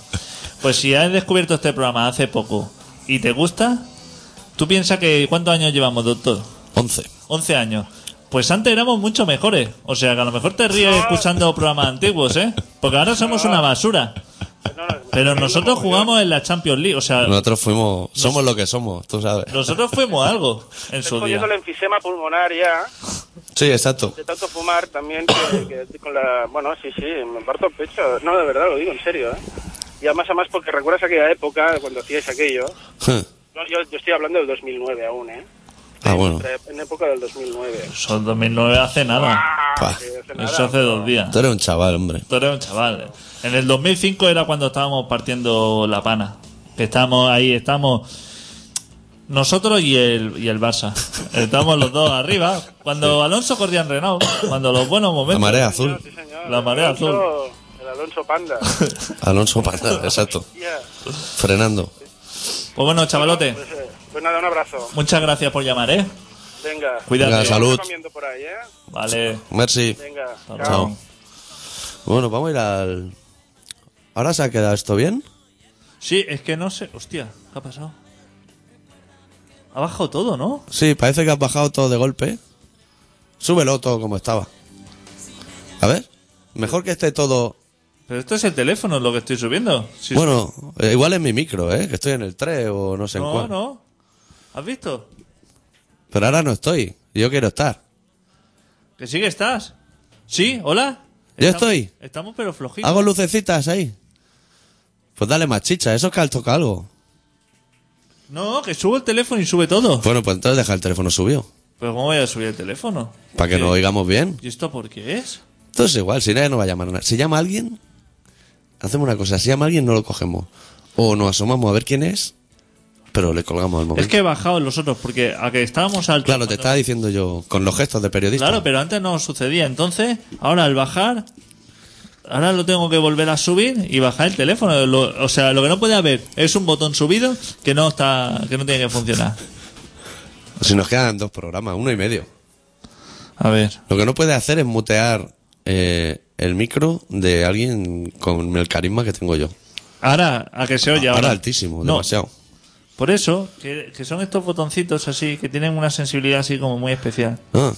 C: Pues si has descubierto este programa hace poco y te gusta, tú piensas que ¿cuántos años llevamos, doctor?
A: 11.
C: 11 años. Pues antes éramos mucho mejores. O sea que a lo mejor te ríes escuchando programas antiguos, ¿eh? Porque ahora somos una basura.
E: No, no,
C: Pero
E: no,
C: nosotros
E: no,
C: jugamos en la Champions League. O sea,
A: Nosotros fuimos... Somos lo que somos, tú sabes.
C: nosotros fuimos algo en
E: Estoy
C: su día.
E: cogiendo el enfisema pulmonar ya,
A: Sí, exacto. [LAUGHS]
E: de tanto fumar también, que, que estoy con la... Bueno, sí, sí, me parto el pecho. No, de verdad, lo digo, en serio, ¿eh? Y además, además, porque recuerdas aquella época, cuando hacíais aquello... No, yo, yo estoy hablando del 2009 aún, ¿eh?
A: Ah, bueno.
E: En época del 2009.
C: Son 2009 hace nada.
A: Pah.
E: que Ah, hace nada.
C: Eso hace dos días.
A: Tú eres un chaval, hombre.
C: Tú eres un chaval. En el 2005 era cuando estábamos partiendo la pana. Que estábamos ahí, estamos. Nosotros y el, y el Barça. Estamos los dos arriba. Cuando Alonso corría en Renault, cuando los buenos
A: La
C: momentos.
A: marea azul.
E: Sí, señor.
C: La marea
E: El Alonso- El Alonso Panda.
A: Alonso Parda, exacto.
E: Ya.
A: Frenando.
C: Pues bueno, chavalote,
E: Pues, eh, pues nada, un abrazo.
C: muchas gracias por llamar, ¿eh?
E: Venga.
C: Cuídate.
A: Venga, salud.
E: Estoy comiendo por ahí, ¿eh?
C: Vale.
A: Merci.
E: Venga.
C: Hasta
E: chao.
A: Chao. Bueno, vamos a ir al. ¿Ahora se ha quedado esto bien?
C: Sí, es que no sé. Hostia, ¿qué ha pasado? Ha bajado todo, ¿no?
A: Sí, parece que has bajado todo de golpe. Súbelo todo como estaba. A ver, mejor que esté todo.
C: Pero esto es el teléfono lo que estoy subiendo. Si-
A: Bueno, eh, igual es mi micro, ¿eh? Que estoy en el 3 o no sé en
C: no,
A: cuál.
C: no. ¿Has visto?
A: Pero ahora no estoy. Yo quiero estar.
C: Que sí que estás. Sí, hola.
A: Yo
C: Estamos-
A: estoy.
C: Estamos pero flojitos.
A: Hago lucecitas ahí. Pues dale más chicha, eso es que al toca algo.
C: No, que subo el teléfono y sube todo.
A: Bueno, pues entonces deja el teléfono subido.
C: Pero ¿cómo voy a subir el teléfono?
A: Para que
C: ¿Qué?
A: nos oigamos bien.
C: ¿Y esto por qué es?
A: Entonces igual, si nadie nos va a llamar. a nadie. Si llama alguien, hacemos una cosa. Si llama alguien, no lo cogemos. O nos asomamos a ver quién es, pero le colgamos al momento.
C: Es que he bajado los otros porque a que estábamos al
A: Claro, te estaba diciendo yo, con los gestos de periodista.
C: Claro, pero antes no sucedía. Entonces, ahora al bajar, ahora lo tengo que volver a subir y bajar el teléfono. Lo- o sea, lo que no puede haber es un botón subido que no está, que no tiene que funcionar.
A: Si nos quedan dos programas, uno y medio.
C: A ver.
A: Lo que no puede hacer es mutear eh, el micro de alguien con el carisma que tengo yo.
C: Ahora, a que se oye ahora.
A: Ahora altísimo,
C: No,
A: demasiado.
C: Por eso, que, que son estos botoncitos así, que tienen una sensibilidad así como muy especial.
A: Ah.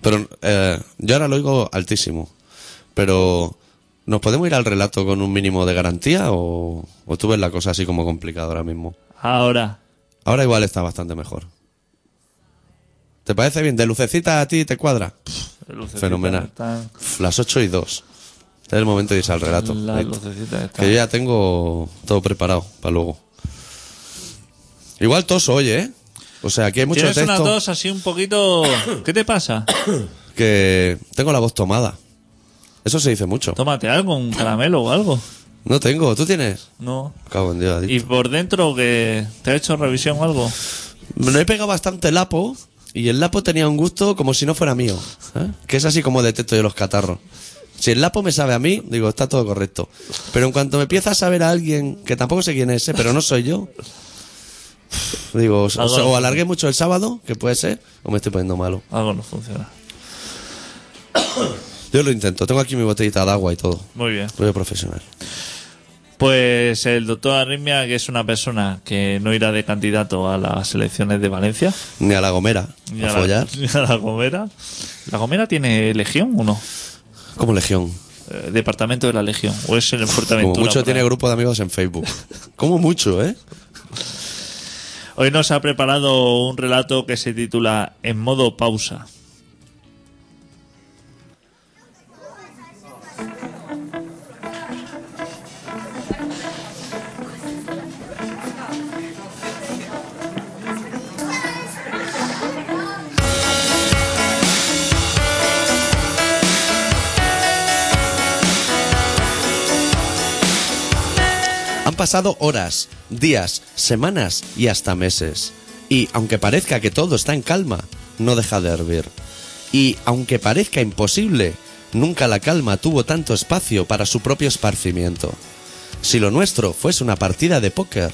A: Pero eh, yo ahora lo oigo altísimo. Pero ¿nos podemos ir al relato con un mínimo de garantía o, o tú ves la cosa así como complicada ahora mismo?
C: Ahora.
A: Ahora igual está bastante mejor. ¿Te parece bien? ¿De lucecita a ti te cuadra?
C: las lucecitas
A: Fenomenal.
C: están-
A: Pf, Las 8 y 2. Este es el momento de irse al relato.
C: las
A: Ahí-
C: lucecitas están-
A: Que yo ya tengo todo preparado para luego. Igual toso, oye, ¿eh? O sea, aquí hay mucho
C: Tienes una
A: texto
C: tos así un poquito... ¿Qué te pasa?
A: que tengo la voz tomada. Eso se dice mucho.
C: Tómate algo, un caramelo o algo.
A: No tengo, ¿tú tienes?
C: No.
A: Cago en Dios.
C: ¿Y
A: adicto.
C: por dentro que te ha hecho revisión o algo?
A: Me he pegado bastante lapo y el lapo tenía un gusto como si no fuera mío. ¿eh? Que es así como detecto yo los catarros. Si el lapo me sabe a mí, digo, está todo correcto. Pero en cuanto me empieza a saber a alguien, que tampoco sé quién es, ¿eh? pero no soy yo, digo, o,
C: Algo-
A: o alargué mucho el sábado, que puede ser, o me estoy poniendo malo.
C: Algo no funciona.
A: Yo lo intento, tengo aquí mi botellita de agua y todo.
C: Muy bien.
A: Soy profesional.
C: Pues el doctor Arritmia, que es una persona que no irá de candidato a las elecciones de Valencia.
A: Ni a la gomera,
C: ni
A: a,
C: la-
A: follar,
C: [LAUGHS] ni a la Gomera. ¿La Gomera tiene legión o no?
A: como legión.
C: Eh, departamento de la legión. O es en el
A: Como
C: Fuerteventura.
A: mucho
C: por ahí.
A: tiene grupo de amigos en Facebook. Como mucho, ¿eh?
C: Hoy nos ha preparado un relato que se titula En modo pausa. [LAUGHS]
A: Han pasado horas, días, semanas y hasta meses. Y aunque parezca que todo está en calma, no deja de hervir. Y aunque parezca imposible, nunca la calma tuvo tanto espacio para su propio esparcimiento. Si lo nuestro fuese una partida de póker,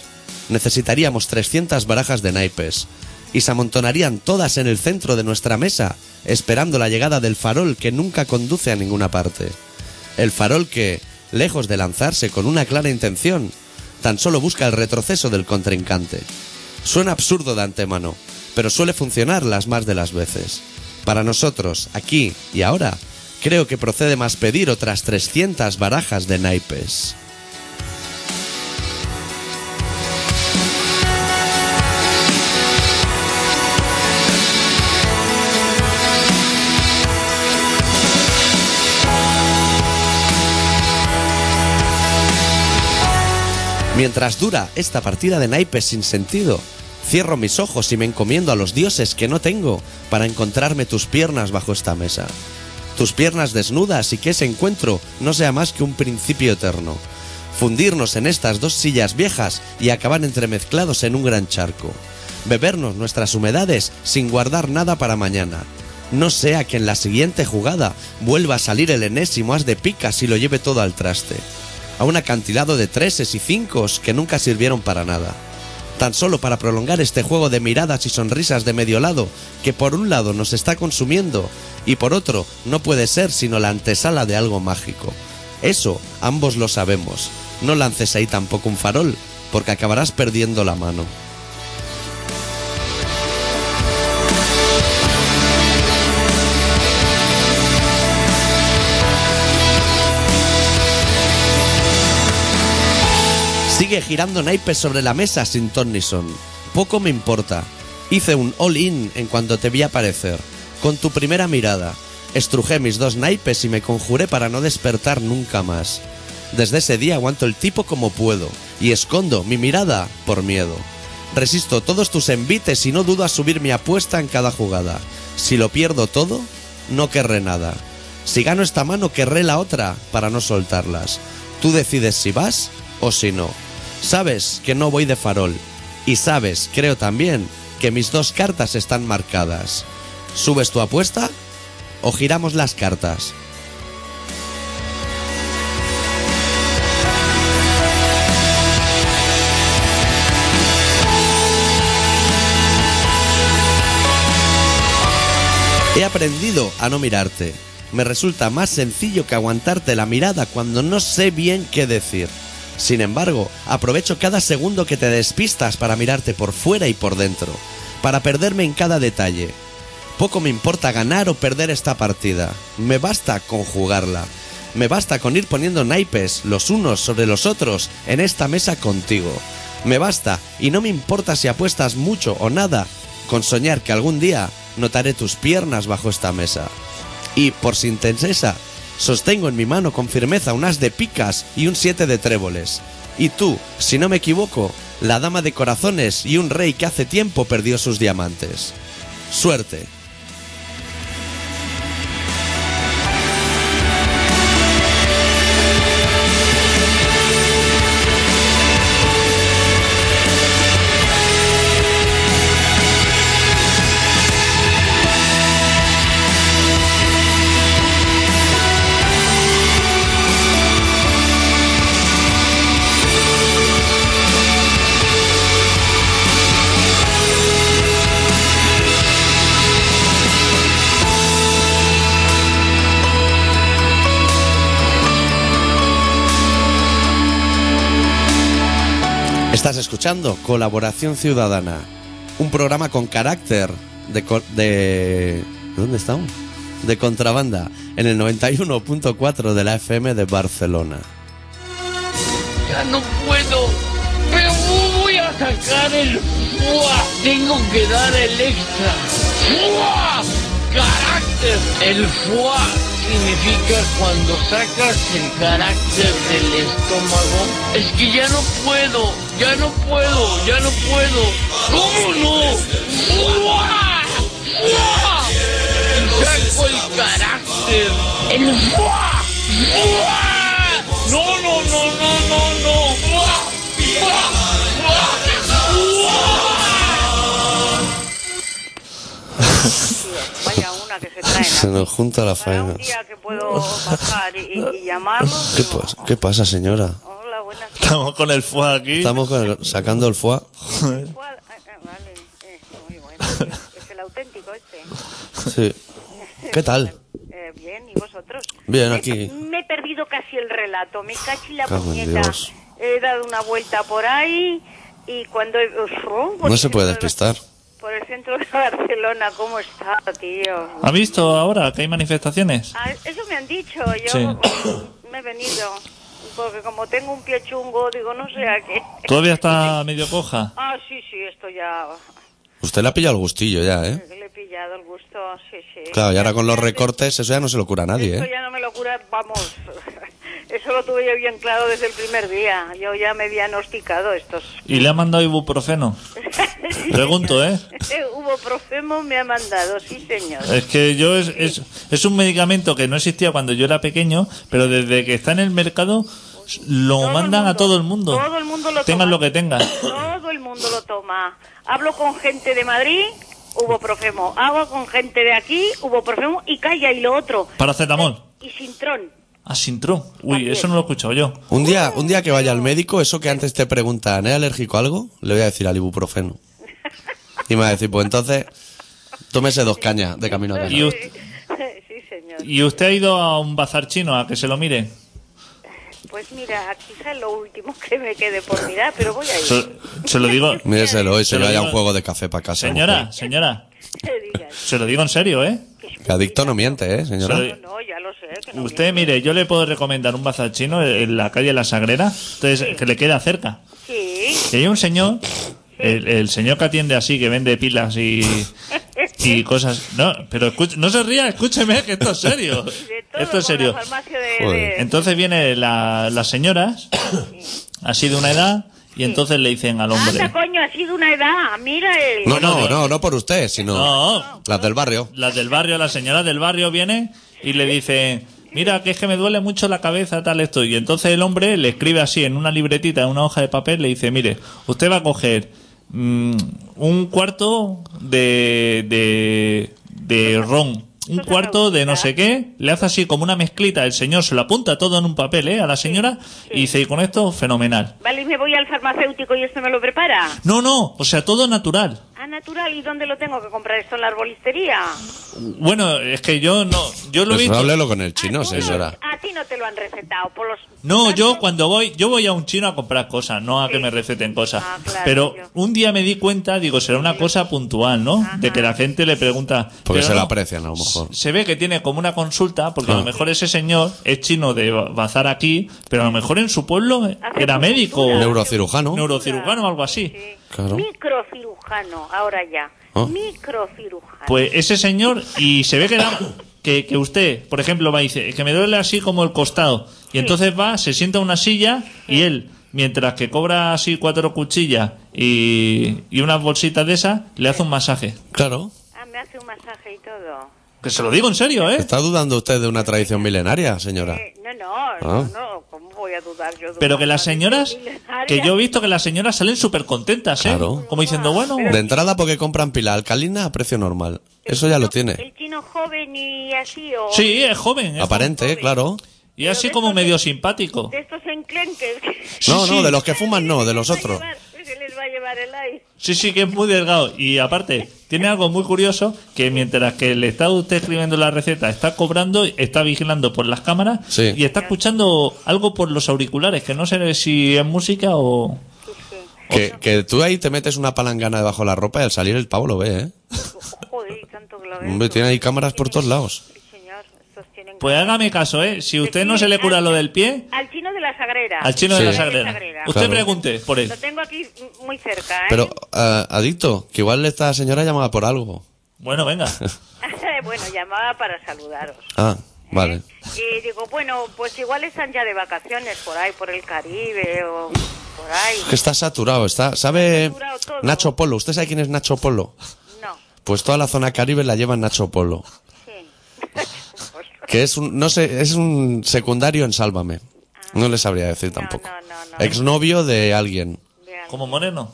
A: necesitaríamos 300 barajas de naipes y se amontonarían todas en el centro de nuestra mesa, esperando la llegada del farol que nunca conduce a ninguna parte. El farol que, lejos de lanzarse con una clara intención, tan solo busca el retroceso del contrincante. Suena absurdo de antemano, pero suele funcionar las más de las veces. Para nosotros, aquí y ahora, creo que procede más pedir otras 300 barajas de naipes. Mientras dura esta partida de naipes sin sentido, cierro mis ojos y me encomiendo a los dioses que no tengo para encontrarme tus piernas bajo esta mesa. tus piernas desnudas y que ese encuentro no sea más que un principio eterno. Fundirnos en estas dos sillas viejas y acabar entremezclados en un gran charco. Bebernos nuestras humedades sin guardar nada para mañana. No sea que en la siguiente jugada vuelva a salir el enésimo as de picas y lo lleve todo al traste. A un acantilado de treses y cinco que nunca sirvieron para nada tan solo para prolongar este juego de miradas y sonrisas de medio lado, que por un lado nos está consumiendo y por otro no puede ser sino la antesala de algo mágico. Eso ambos lo sabemos. No lances ahí tampoco un farol, porque acabarás perdiendo la mano. Sigue girando naipes sobre la mesa sin ton ni son. Poco me importa. Hice un all-in en cuanto te vi aparecer. Con tu primera mirada. Estrujé mis dos naipes y me conjuré para no despertar nunca más. Desde ese día aguanto el tipo como puedo y escondo mi mirada por miedo. Resisto todos tus envites y no dudo a subir mi apuesta en cada jugada. Si lo pierdo todo, no querré nada. Si gano esta mano, querré la otra para no soltarlas. Tú decides si vas o si no. Sabes que no voy de farol. Y sabes, creo también, que mis dos cartas están marcadas. ¿Subes tu apuesta o giramos las cartas? He aprendido a no mirarte. Me resulta más sencillo que aguantarte la mirada cuando no sé bien qué decir. Sin embargo, aprovecho cada segundo que te despistas para mirarte por fuera y por dentro, para perderme en cada detalle. Poco me importa ganar o perder esta partida, me basta con jugarla, me basta con ir poniendo naipes los unos sobre los otros en esta mesa contigo, me basta y no me importa si apuestas mucho o nada con soñar que algún día notaré tus piernas bajo esta mesa. Y, por si te interesa, sostengo en mi mano con firmeza un as de picas y un siete de tréboles. Y tú, si no me equivoco, la dama de corazones y un rey que hace tiempo perdió sus diamantes. Suerte. Estás escuchando Colaboración Ciudadana, un programa con carácter de... co- de ¿Dónde estamos? De contrabanda, en el 91.4 de la FM de Barcelona.
F: Ya no puedo. Me voy a sacar el ¡Fua! Tengo que dar el extra. ¡Fua! Carácter. El FUA significa cuando sacas el carácter del estómago. Es que ya no puedo. Ya no puedo. Ya no puedo. ¿Cómo no? ¡Fua! ¡Fua! Saco el carácter. El ¡Fua! ¡Fua! No, no, no, no, no, no. ¡Fua! ¡Fua! ¡Fua! ¡Fua!
G: Vaya una que se
A: Se
G: traen.
A: nos junta la
G: Para
A: faena.
G: un día que puedo bajar y, y- y llamarlos.
A: ¿Qué,
G: digo,
A: pas- qué pasa, señora?
G: Hola,
A: [LAUGHS]
G: buenas noches.
C: Estamos con el fuego aquí.
A: Estamos con el- sacando el foie.
G: ¿Cuál? Ah, ah, Vale, eh, muy bueno. Es el auténtico este.
A: Sí. ¿Qué tal?
G: Eh, bien, ¿y vosotros?
A: Bien,
G: Me-
A: aquí.
G: Me, he perdido casi el relato, me cachi la
A: Cago en
G: puñeta.
A: Dios.
G: He dado una vuelta por ahí y cuando... he- Uf, oh, por
A: No
G: el
A: se puede
G: centro de-
A: despistar.
G: Por el centro de Barcelona, ¿cómo está, tío?
C: ¿Ha visto ahora que hay manifestaciones?
G: Ah, eso me han dicho, yo
C: Sí.
G: me he venido. Porque como tengo un pie chungo, digo, no sé a qué.
C: Todavía está medio coja.
G: Ah, sí, sí, esto ya
A: Usted le ha pillado el gustillo ya, ¿eh?
G: le he pillado el gusto, sí, sí.
C: ¿eh?
A: Claro, y ahora con los recortes eso ya no se lo cura a nadie,
G: Esto
A: ¿eh?
G: ya no me lo cura, vamos. [LAUGHS] Eso lo tuve yo bien claro desde el primer día. Yo ya me he diagnosticado estos.
C: ¿Y le ha mandado ibuprofeno? Pregunto, ¿eh?
G: [LAUGHS] Hubo profemo, me ha mandado, sí, señor.
C: Es que yo es, es, es un medicamento que no existía cuando yo era pequeño, pero desde que está en el mercado lo
G: Todo el
C: mandan a
G: mundo.
C: todo el mundo.
G: Todo el mundo lo
C: Tengan
G: toma.
C: lo que tengan.
G: Todo el mundo lo toma. Hablo con gente de Madrid, hubo profemo. Hago con gente de aquí, hubo profemo. Y calla, y lo otro.
C: Paracetamol.
G: Y sintrón. [LAUGHS]
C: Ah, Sintrón. Uy, eso no lo he escuchado yo.
A: Un día, un día que vaya al médico, eso que antes te preguntan, ¿es alérgico a algo? Le voy a decir al ibuprofeno. Y me va a decir, pues entonces, tómese dos cañas de camino a casa.
C: Y, us-
G: Sí, señor.
C: y usted ha ido a un bazar chino a que se lo mire.
G: Pues mira, quizás lo último [LAUGHS] que me quede por mirar, pero voy a ir.
C: Se, se lo digo.
A: Míreselo y se
C: Pero
A: le vaya un
C: digo-
A: juego de café para casa.
C: Señora,
A: mujer.
C: señora,
G: Que digas,
C: se lo digo en serio, ¿eh?
A: Que adicto no miente, ¿eh, señora?
C: Se lo
G: No,
C: di-
G: no, ya lo sé. que no
C: Usted,
G: viene.
C: mire, yo le puedo recomendar un bazar chino en la calle La Sagrera, entonces, que le queda cerca.
G: Sí.
C: Y hay un señor, el, el señor que atiende así, que vende pilas y,
G: [LAUGHS]
C: y cosas. No, pero escu- no se ría, escúcheme, que esto es serio.
G: De
C: Esto
G: todo
C: es
G: con
C: serio.
G: La farmacia de,
A: Joder.
G: de-
C: Entonces viene la, las señoras, así de una edad, y entonces le dicen al hombre.
G: Anda, Ah, coño, ha sido una edad. Mira él.
A: No, no, no, no por usted, sino
C: No,
A: las del barrio.
C: las del barrio, las señoras del barrio vienen y le dicen, mira, que es que me duele mucho la cabeza, tal, esto. Y entonces el hombre le escribe así en una libretita, en una hoja de papel, le dice, mire, usted va a coger mm, un cuarto de, de, de ron, un cuarto de no sé qué, le hace así como una mezclita, el señor se lo apunta todo en un papel, ¿eh? A la señora y dice, y con esto, fenomenal.
G: Vale, y me voy al farmacéutico y este me lo prepara.
C: No, no, o sea, todo natural.
G: Ah, natural, ¿y dónde lo tengo que comprar esto en la arbolistería?
C: Bueno, es que yo no, yo lo he
A: Pues
C: visto.
A: háblelo con el chino,
G: Ah, tú no-
A: señora.
G: A ti no te lo han recetado por los...
C: No, yo
G: tantos-
C: cuando voy, yo voy a un chino a comprar cosas, no a que me receten cosas.
G: Ah, claro,
C: Pero
G: yo.
C: un día me di cuenta, digo, será una cosa puntual, ¿no? De que la gente le pregunta.
A: Porque
C: pero
A: se
C: no,
A: la aprecian a lo mejor.
C: Se ve que tiene como una consulta, porque a
A: Ah.
C: lo mejor ese señor es chino de ba- bazar aquí, pero a lo mejor en su pueblo era médico,
A: Neurocirujano.
C: neurocirujano o algo así.
G: Sí.
A: Claro.
G: Microcirujano, ahora ya.
A: Ah.
G: Microcirujano.
C: Pues ese señor, y se ve que, da- que, que usted, por ejemplo, va y dice, "Es que me duele así como el costado. Y entonces va, se sienta a una silla y él, mientras que cobra así cuatro cuchillas y, y unas bolsitas de esas, le hace un masaje.
A: Claro.
G: Ah, me hace un masaje y todo.
C: Que se lo digo en serio, ¿eh?
A: ¿Está dudando usted de una tradición milenaria, señora?
G: Eh, no, no, no,
A: Ah.
G: no, ¿cómo voy a dudar yo? de
C: Pero
G: una
C: que las
G: madre
C: señoras,
G: milenaria?
C: que yo he visto que las señoras salen súper contentas, ¿eh?
A: Claro.
C: Como diciendo, bueno,
A: De entrada porque compran pila alcalina a precio normal. Eso ya lo tiene.
G: El chino joven y así, o...
C: sí, es joven. es
A: Aparente, claro.
C: joven. Y así como medio simpático.
G: De estos enclenques. que-
A: No,
C: Sí,
A: no,
C: sí.
A: de los que fuman no, de los
G: se les va a
A: otros.
G: llevar- Se les va a llevar el aire.
C: Sí, sí, que es muy delgado. Y aparte, tiene algo muy curioso, que mientras que le está usted escribiendo la receta, está cobrando, está vigilando por las cámaras
A: Sí.
C: y está escuchando algo por los auriculares, que no sé si es música o...
A: Que, que tú ahí te metes una palangana debajo de la ropa y al salir el pavo lo ve, ¿eh?
G: Joder, y tanto que lo veo.
A: Hombre, tiene ahí cámaras por todos lados.
G: Sí, señor, estos tienen...
C: Pues hágame caso, ¿eh? Si usted no se le cura lo del pie,
G: Al chino de la Sagrera.
C: al chino
A: Sí.
C: de la sagrera. Usted
A: Claro.
C: pregunte por él.
G: Lo tengo aquí mm, muy cerca, ¿eh?
A: Pero, ah, adicto, que igual esta señora llamaba por algo. [LAUGHS]
C: Bueno, venga.
G: [LAUGHS] bueno, llamaba para saludaros.
A: Ah, vale.
G: Y digo, bueno, pues igual están ya de vacaciones por ahí, por el Caribe o por ahí.
A: Que está saturado, está... ¿Sabe
G: saturado todo.
A: Nacho Polo? ¿Usted sabe quién es Nacho Polo?
G: No,
A: Pues toda la zona caribe la lleva Nacho Polo.
C: [LAUGHS]
G: sí.
A: Que es un, no sé, es un secundario en Sálvame. No le sabría decir tampoco.
G: no, no, no.
C: Eh,
A: Exnovio de alguien.
G: Vean,
C: Como moreno.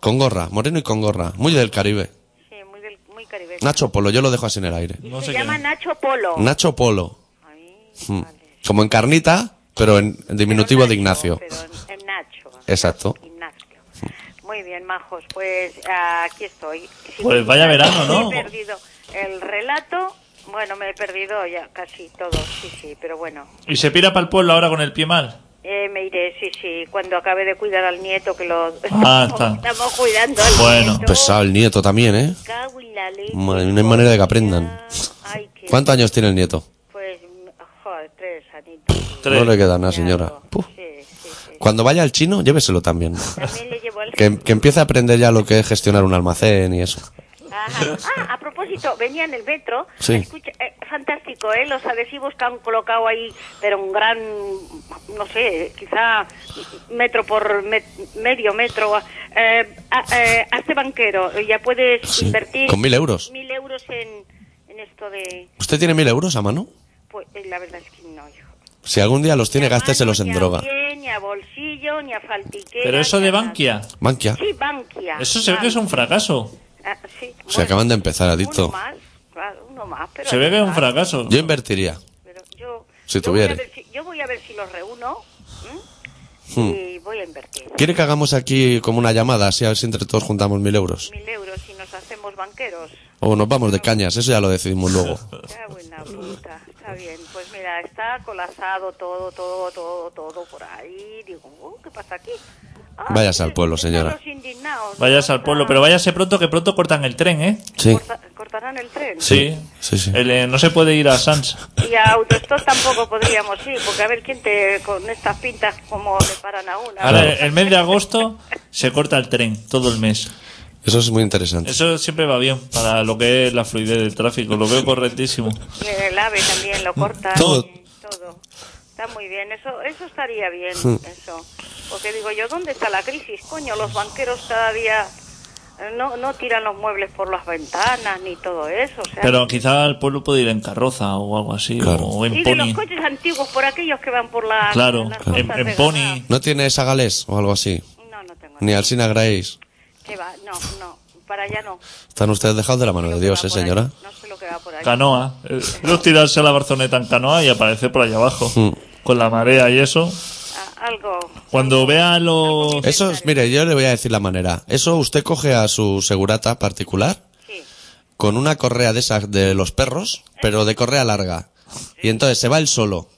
A: Con gorra, moreno y con gorra. Muy del Caribe.
G: sí, muy, del, muy caribeño.
A: Nacho Polo, yo lo dejo así en el aire.
C: No
G: Se
C: sé qué. Hmm.
G: llama Nacho Polo.
A: Nacho Polo.
G: Ay,
A: Mm.
G: vale.
A: Como en carnita, pero en en diminutivo
G: Pero
A: de
G: Nacho,
A: Ignacio.
G: Pero en- en Nacho.
A: Exacto.
G: Ignacio. Muy bien, majos. Pues ah, aquí estoy. Sí,
C: Pues vaya verano, ¿no?
G: Me he perdido el relato. Bueno, me he perdido ya casi todo. Sí, sí, pero bueno.
C: Y se pira para el pueblo ahora con el pie mal.
G: Eh, me iré, sí, sí, cuando acabe de cuidar al nieto, que lo
C: Ah, está.
G: [LAUGHS] estamos cuidando al
C: Bueno.
G: nieto.
A: Pesado el nieto también, ¿eh?
G: Cago en la leche.
A: Madre, pues no hay manera de que aprendan.
G: Ay, qué-
A: ¿Cuántos años tiene el nieto?
G: Pues, joder, tres anitos.
C: Tres.
A: No le queda nada, señora. Puf.
G: Sí, sí, sí.
A: Cuando vaya al chino, lléveselo también.
G: También le llevo al...
A: Que, que empiece a aprender ya lo que es gestionar un almacén y eso. [LAUGHS]
G: Ajá. Ah, a propósito, venía en el metro.
A: Sí.
G: Escucha, eh, fantástico, ¿eh? Los adhesivos que han colocado ahí, pero un gran, no sé, quizá metro por me- medio metro. Eh, a- eh, hazte banquero, ya puedes
A: Sí,
G: invertir.
A: con mil euros.
G: Mil euros en, en esto de.
A: ¿Usted tiene mil euros a mano?
G: Pues eh, la verdad es que no, hijo.
A: Si algún día los tiene,
G: Ni a
A: gásteselos
G: mano,
A: en
G: ni a
A: droga.
G: pie, ni a bolsillo, ni a faltiquera.
C: Pero eso
G: ni
C: de
G: a nada.
C: Bankia,
A: Manquia.
G: Sí, Bankia.
C: eso se ve que es un fracaso.
G: Ah, sí,
A: Se
G: bueno,
A: acaban de empezar, adicto.
G: Uno más, claro, uno más. Pero
C: Se ve que es un
G: además,
C: fracaso.
A: Yo invertiría.
G: pero yo,
A: Si
G: yo voy a
A: tuviere.
G: ver si- yo voy a ver si los reúno ¿m?
A: Hmm.
G: y voy a invertir.
A: ¿Quiere que hagamos aquí como una llamada, así a ver si entre todos juntamos mil euros?
G: Mil euros y nos hacemos banqueros.
A: O nos vamos de cañas, eso ya lo decidimos luego.
G: Qué buena puta. Está bien. Pues mira, está colapsado todo, todo, todo, todo por ahí. Digo, uh, ¿qué pasa aquí? Ah,
A: Vayas al pueblo,
G: están
A: señora.
G: los indignados,
C: Vayas
G: ¿no?
C: al pueblo, pero váyase pronto que pronto cortan el tren, ¿eh?
A: Sí.
G: Corta- cortarán el tren.
C: Sí.
A: Sí, sí.
C: El, eh, no se puede ir a Sans.
G: Y a Autostop tampoco podríamos ir, porque a ver quién te, con estas pintas, como le paran a una.
C: Ahora, el mes de agosto se corta el tren, todo el mes.
A: Eso es muy interesante.
C: Eso siempre va bien para lo que es la fluidez del tráfico, lo veo correctísimo.
G: Eh, El ave también lo corta.
A: Todo.
G: eh, todo. Está muy bien, eso eso estaría bien, eso. Porque digo yo, ¿dónde está la crisis? Coño, los banqueros cada día eh, no, no tiran los muebles por las ventanas ni todo eso. O sea,
C: Pero quizá el pueblo puede ir en carroza o algo así,
A: Claro.
C: o en
G: y de los
C: pony.
G: coches antiguos, por aquellos que van por las,
C: Claro,
G: las
C: en,
G: costas
C: en
G: de
C: pony.
A: ¿No tiene esa galés o algo así?
G: verdad. No, no tengo
A: Ni
G: nada.
A: Alcina Grace.
G: ¿Qué va? No, no, para allá no.
A: Están ustedes dejados de la mano
G: Lo
A: de
G: que
A: Dios,
G: va
A: ¿eh,
G: por ahí.
A: señora?
G: No sé lo que va por ahí.
C: Canoa. Eh, No tirarse la barzoneta en canoa y aparecer por allá abajo.
A: Mm.
C: Con la marea y eso.
G: Ah, algo.
C: Cuando vea los...
A: Eso, es- mire, yo le voy a decir la manera. Eso usted coge a su segurata particular
G: Sí.
A: con una correa de esas de los perros, pero de correa larga. Y entonces se va él solo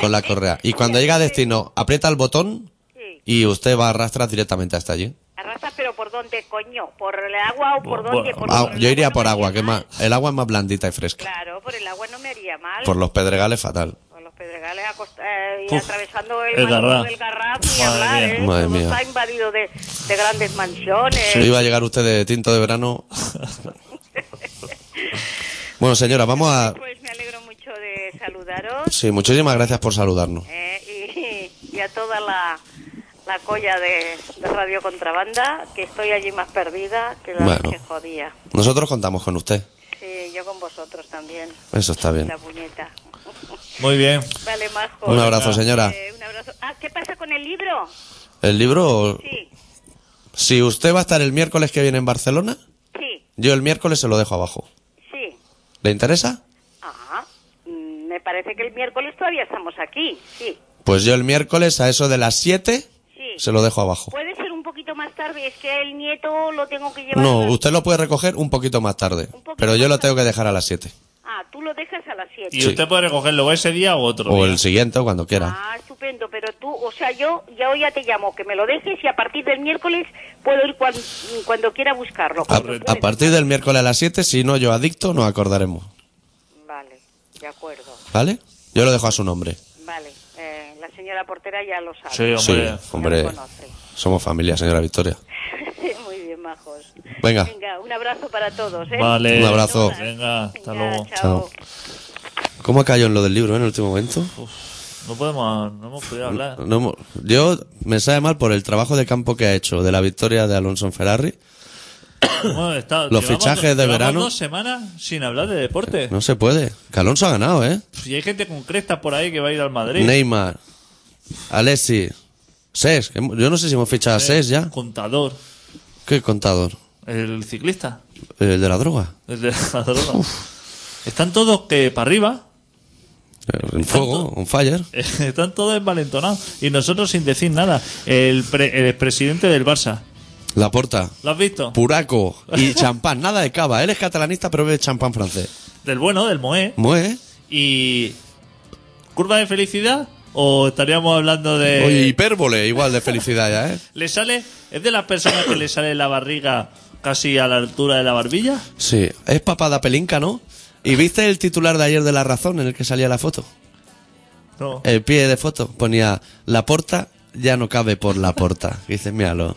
A: con la correa. Y cuando llega a destino, aprieta el botón
G: Sí.
A: y usted va a arrastrar directamente hasta allí.
G: Arrasas, pero ¿por dónde, coño? ¿Por el agua o por
C: Bu-
G: dónde?
C: bu-
G: Por-
A: Ah,
G: por el
A: yo iría por
G: no me
A: agua,
G: haría
A: que más,
G: mal.
A: el agua es más blandita y fresca.
G: Claro, por el agua no me haría mal.
A: Por los pedregales, fatal.
G: Por los pedregales acost- eh, y
C: Uf,
G: atravesando el,
C: el
G: malecón
C: Garraf.
G: del Garraf y
C: Madre
G: hablar,
C: mía.
G: ¿eh?
A: Madre
G: Todo
A: mía.
G: está invadido de, de grandes mansiones.
A: Iba a llegar usted de tinto de
G: [LAUGHS]
A: verano. Bueno, señora, vamos a...
G: Pues me alegro mucho de saludaros
A: Sí, muchísimas gracias por saludarnos.
G: eh, y, y a toda la, la colla de, de Radio Contrabanda, que estoy allí más perdida que la
A: Bueno.
G: que jodía.
A: Nosotros contamos con usted.
G: Sí, yo con vosotros también.
A: Eso está bien.
G: La puñeta.
C: Muy bien.
G: Vale, Majo.
A: Un abrazo, señora.
G: Eh, un abrazo. Ah, ¿qué pasa con el libro?
A: El libro,
G: Sí,
A: si usted va a estar el miércoles que viene en Barcelona,
G: sí,
A: yo el miércoles se lo dejo abajo.
G: sí.
A: ¿Le interesa?
G: Ah, mm, me parece que el miércoles todavía estamos aquí. Sí,
A: Pues yo el miércoles a eso de las 7
G: sí.
A: se lo dejo abajo.
G: Puede ser un poquito más tarde, es que el nieto lo tengo que llevar. a
A: No,
G: las-
A: usted lo puede recoger un poquito más tarde,
G: Un poquito
A: pero yo
G: más
A: lo tengo que dejar a las 7.
G: Ah, tú lo dejas a las 7.
C: Y usted puede recogerlo ese día u otro.
A: O
C: día.
A: el siguiente, o cuando quiera.
G: Ah, estupendo, pero tú, o sea, yo ya hoy ya te llamo, que me lo dejes y a partir del miércoles puedo ir cuan- cuando quiera a buscarlo.
A: A,
G: cuando
A: a
G: pueda.
A: partir del miércoles a las 7, si no yo adicto, nos acordaremos.
G: Vale, de acuerdo.
A: ¿Vale? Yo lo dejo a su nombre.
G: Vale, eh, la señora portera ya lo sabe.
C: Sí,
A: Sí,
C: hombre.
A: hombre.
G: Ya lo conoce.
A: Somos familia, señora Victoria.
G: [LAUGHS] Muy bien, majos.
A: Venga.
G: Venga, un abrazo para todos, ¿eh?
C: Vale.
A: Un abrazo.
C: Venga, hasta
G: Venga,
C: luego.
A: Chao. ¿Cómo ha caído en lo del libro eh, en el último momento?
C: No podemos, no hemos podido hablar.
A: No hemos- yo me sabe mal por el trabajo de campo que ha hecho de la victoria de Alonso en Ferrari.
C: Hemos estado-
A: Los
C: llevamos
A: fichajes
C: dos-
A: de
C: llevamos
A: verano.
C: dos semanas sin hablar de deporte.
A: No se puede. Que Alonso ha ganado, ¿eh?
C: Y hay gente con crestas por ahí que va a ir al Madrid.
A: Neymar, Alessi, Ses. que hemos- Yo no sé si hemos fichado a Ses ya.
C: Contador.
A: ¿Qué contador?
C: El ciclista.
A: El de la droga.
C: El de la droga. Están todos que para arriba. [LAUGHS]
A: En fuego, un fire.
C: Están todos envalentonados. Y nosotros sin decir nada. El, pre- el presidente del Barça.
A: La porta.
C: ¿Lo has visto?
A: Puraco y champán, nada de cava. Él es catalanista, pero bebe champán francés.
C: Del bueno, del Moé.
A: Mue,
C: Y. ¿Curva de felicidad? ¿O estaríamos hablando de.?
A: Oye, hipérbole, igual de felicidad ya, ¿eh?
C: ¿Le sale.? ¿Es de las personas que le sale la barriga casi a la altura de la barbilla?
A: Sí, es papá de Pelinca, ¿no? ¿Y viste el titular de ayer de La Razón en el que salía la foto?
C: No.
A: El pie de foto ponía La porta ya no cabe por la porta. Y dices, míralo.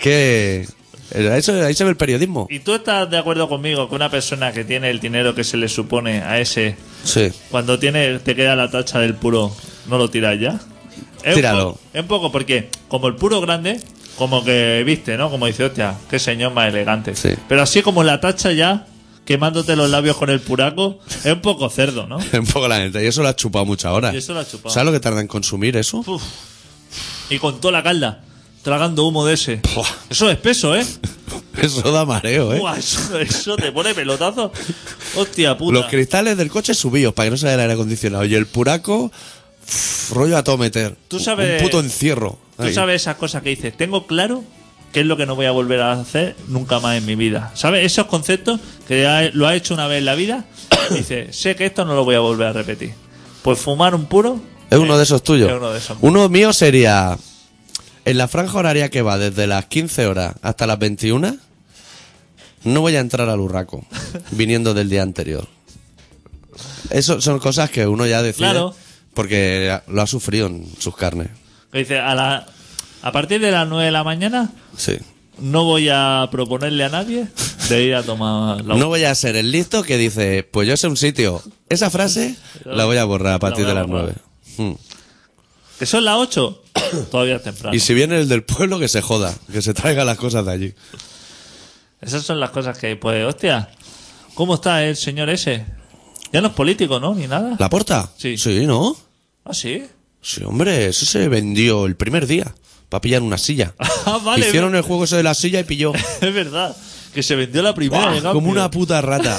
A: Qué, Eh, Ahí se, ahí se ve el periodismo.
C: ¿Y tú estás de acuerdo conmigo que una persona que tiene el dinero que se le supone a ese,
A: Sí.
C: cuando tiene te queda la tacha del puro, no lo tiras ya? Es un
A: Tíralo.
C: po- Es un poco porque, como el puro grande, como que viste, ¿no? Como dice, hostia, qué señor más elegante.
A: Sí.
C: Pero así como la tacha ya, quemándote los labios con el puraco, es un poco cerdo, ¿no?
A: [LAUGHS] Un poco la gente. Y eso lo ha chupado muchas horas.
C: Y eso lo ha chupado.
A: ¿Sabes lo que tarda en consumir eso?
C: Uf. Y con toda la calda, tragando humo de ese.
A: Buah.
C: Eso es peso, ¿eh?
A: Eso da mareo, ¿eh?
C: Buah, eso, eso te pone pelotazo. Hostia puta.
A: Los cristales del coche subidos para que no se vea el aire acondicionado. Y el puraco, uf, rollo a todo meter.
C: Tú sabes-
A: Un puto encierro.
C: Tú
A: Ahí.
C: sabes esas cosas que dices, tengo claro qué es lo que no voy a volver a hacer nunca más en mi vida. ¿Sabes? Esos conceptos que ya lo has hecho una vez en
A: [COUGHS]
C: la vida, dices, sé que esto no lo voy a volver a repetir. Pues fumar un puro.
A: Es uno de esos tuyos.
C: Es uno de esos.
A: Uno mío sería. En la franja horaria que va desde las 15 horas hasta las 21, no voy a entrar al
C: [LAUGHS]
A: hurraco, viniendo del día anterior. Eso son cosas que uno ya decide.
C: Claro.
A: Porque lo ha sufrido en sus carnes.
C: Que dices, a, la, a partir de las 9 de la mañana
A: Sí.
C: no voy a proponerle a nadie de ir a tomar la
A: No voy a ser el listo que dice, pues yo sé un sitio. Esa frase la voy a borrar a partir
C: voy a
A: de las
C: borrar.
A: 9.
C: Que son las
A: [COUGHS]
C: 8. Todavía es temprano.
A: Y si viene el del pueblo, que se joda, que se traiga las cosas de allí.
C: Esas son las cosas que, pues, hostia, ¿cómo está el señor ese? Ya no es político, ¿no? Ni nada.
A: ¿La porta?
C: Sí.
A: Sí, ¿no?
C: Ah, sí.
A: Sí, hombre, eso se vendió el primer día para pillar una silla.
C: [LAUGHS] Ah, vale.
A: Hicieron el juego eso de la silla y
C: [LAUGHS]
A: pilló.
C: Es verdad. Que se vendió la primera.
A: ¡Buah!
C: de cambio.
A: como una puta
C: [LAUGHS]
A: rata.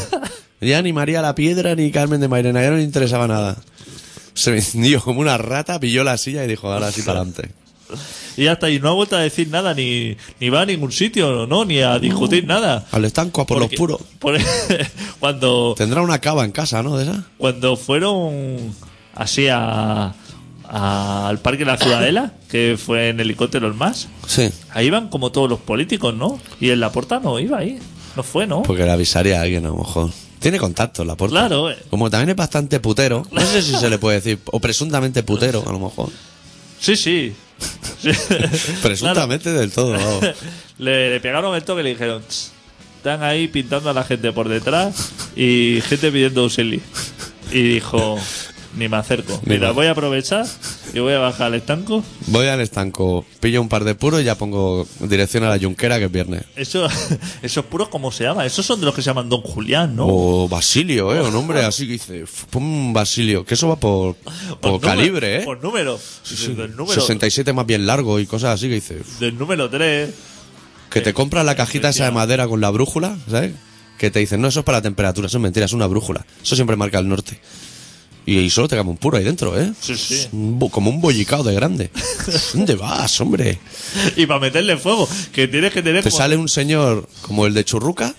A: Ya ni María la Piedra ni Carmen de Mairena, ya no le interesaba nada. Se vendió como una rata, pilló la silla y dijo, ahora sí para adelante.
C: Y ya está. Y no ha vuelto a decir nada, ni, ni va a ningún sitio, ¿no? Ni a discutir nada.
A: Al estanco a por
C: Porque-
A: los puros.
C: por- e- [LAUGHS] cuando,
A: Tendrá una cava en casa, ¿no? De esa.
C: cuando fueron así a, a- al Parque de la Ciudadela, que fue en helicóptero el más,
A: Sí.
C: ahí iban como todos los políticos, ¿no? Y en la porta no iba ahí. No fue, ¿no?
A: Porque le avisaría a alguien a lo mejor. Tiene contactos la porta.
C: Claro, eh.
A: Como también es bastante putero, no sé
C: [LAUGHS]
A: si se le puede decir, o presuntamente putero, a lo mejor.
C: Sí, sí. Sí.
A: [LAUGHS] Presuntamente del todo, vamos.
C: Claro. [LAUGHS] Le, le pegaron el toque y le dijeron: "Tss, Están ahí pintando a la gente por detrás y gente pidiendo auxilio. Y dijo: Ni me acerco.
A: Ni
C: Mira,
A: más.
C: voy a aprovechar y voy a bajar al estanco.
A: Voy al estanco, pillo un par de puros y ya pongo dirección a la yunquera que es viernes.
C: Eso, [LAUGHS] esos puros, ¿cómo se llama? Esos son de los que se llaman Don Julián, ¿no?
A: O Basilio, ¿eh? Un hombre así que dice, "F- pon un Basilio, que eso va por, por
C: número-
A: calibre, ¿eh?
C: Por número. Del número.
A: 67 más bien largo y cosas así que dice, "F-
C: Del número 3.
A: que
C: Eh,
A: te compras la cajita esa de madera con la brújula, ¿sabes? Que te dicen, no, eso es para la temperatura, eso es mentira, es una brújula. Eso siempre marca el norte. Y, y solo te cabe un puro ahí dentro, ¿eh?
C: Sí, sí.
A: Es un bo- como un bollicao de
C: [LAUGHS]
A: grande. ¿Dónde vas, hombre?
C: Y para meterle fuego, que tienes que tener.
A: Te
C: como-
A: sale un señor como el de Churruca,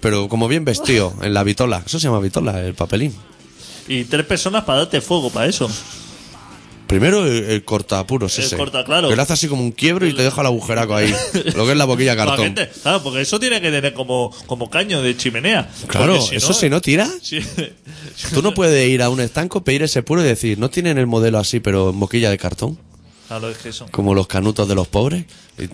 A: pero como bien vestido, en la vitola. Eso se llama vitola, el papelín.
C: Y tres personas para darte fuego, para eso.
A: Primero el, el cortapuros
C: El
A: ese.
C: corta, claro.
A: Que le hace así como un quiebro y te deja el agujeraco ahí. lo que es la
C: [LAUGHS]
A: boquilla
C: Pa'
A: cartón.
C: gente- claro, porque eso tiene que tener como, como caño de chimenea.
A: Claro,
C: Porque si
A: eso si no tira.
C: si-
A: Tú no puedes ir a un estanco, pedir ese puro y decir, no tienen el modelo así, pero en boquilla de cartón,
C: Claro, es que eso.
A: como los canutos de los pobres. Y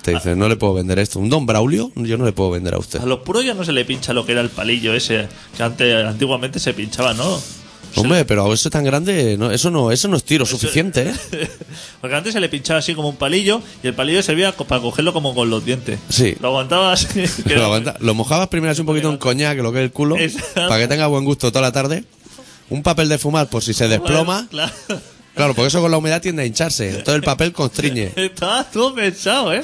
A: te dicen, no le puedo vender esto. Un don Braulio, yo no le puedo vender a usted.
C: A los puros ya no se le pincha lo que era el palillo ese, que antes, antiguamente se pinchaba, ¿no? [LAUGHS]
A: Hombre, pero a eso tan grande, no, eso no eso no es tiro suficiente, ¿eh?
C: Porque antes se le pinchaba así como un palillo y el palillo servía co- para cogerlo como con los dientes.
A: Sí.
C: Lo aguantabas. que
A: [LAUGHS] Lo,
C: era-
A: aguanta- lo mojabas primero así un poquito en coñac, lo que es el culo,
C: Exacto.
A: para que tenga buen gusto toda la tarde. Un papel de fumar por si se desploma.
C: Claro. [LAUGHS]
A: Claro, porque eso con la humedad tiende a hincharse. Entonces el papel constriñe.
C: Estaba todo pensado, ¿eh?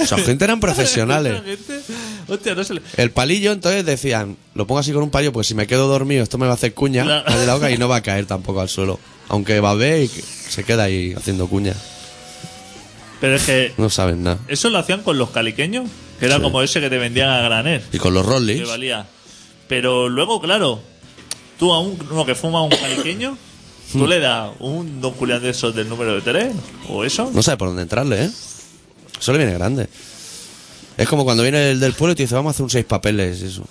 A: O sea, gente eran [LAUGHS] profesionales.
C: [LAUGHS] Esa gente- Hostia, no se le...
A: El palillo, entonces decían, lo pongo así con un palillo, pues si me quedo dormido, esto me va a hacer cuña
C: Claro.
A: al de la boca y no va a caer tampoco al suelo. Aunque va a ver y que- se queda ahí haciendo cuña.
C: Pero es que
A: No saben nada.
C: eso lo hacían con los caliqueños, que era como ese que te vendían a granel.
A: Y con los
C: que
A: Rollins,
C: valía. Pero luego, claro, tú a un, uno que fuma
A: [COUGHS]
C: un caliqueño, tú le das un don Julián de esos del número de tres,
A: [COUGHS]
C: o eso.
A: no sabe por dónde entrarle, ¿eh? Eso le viene grande. Es como cuando viene el del pueblo y te dice, vamos a hacer un seis papeles, y eso.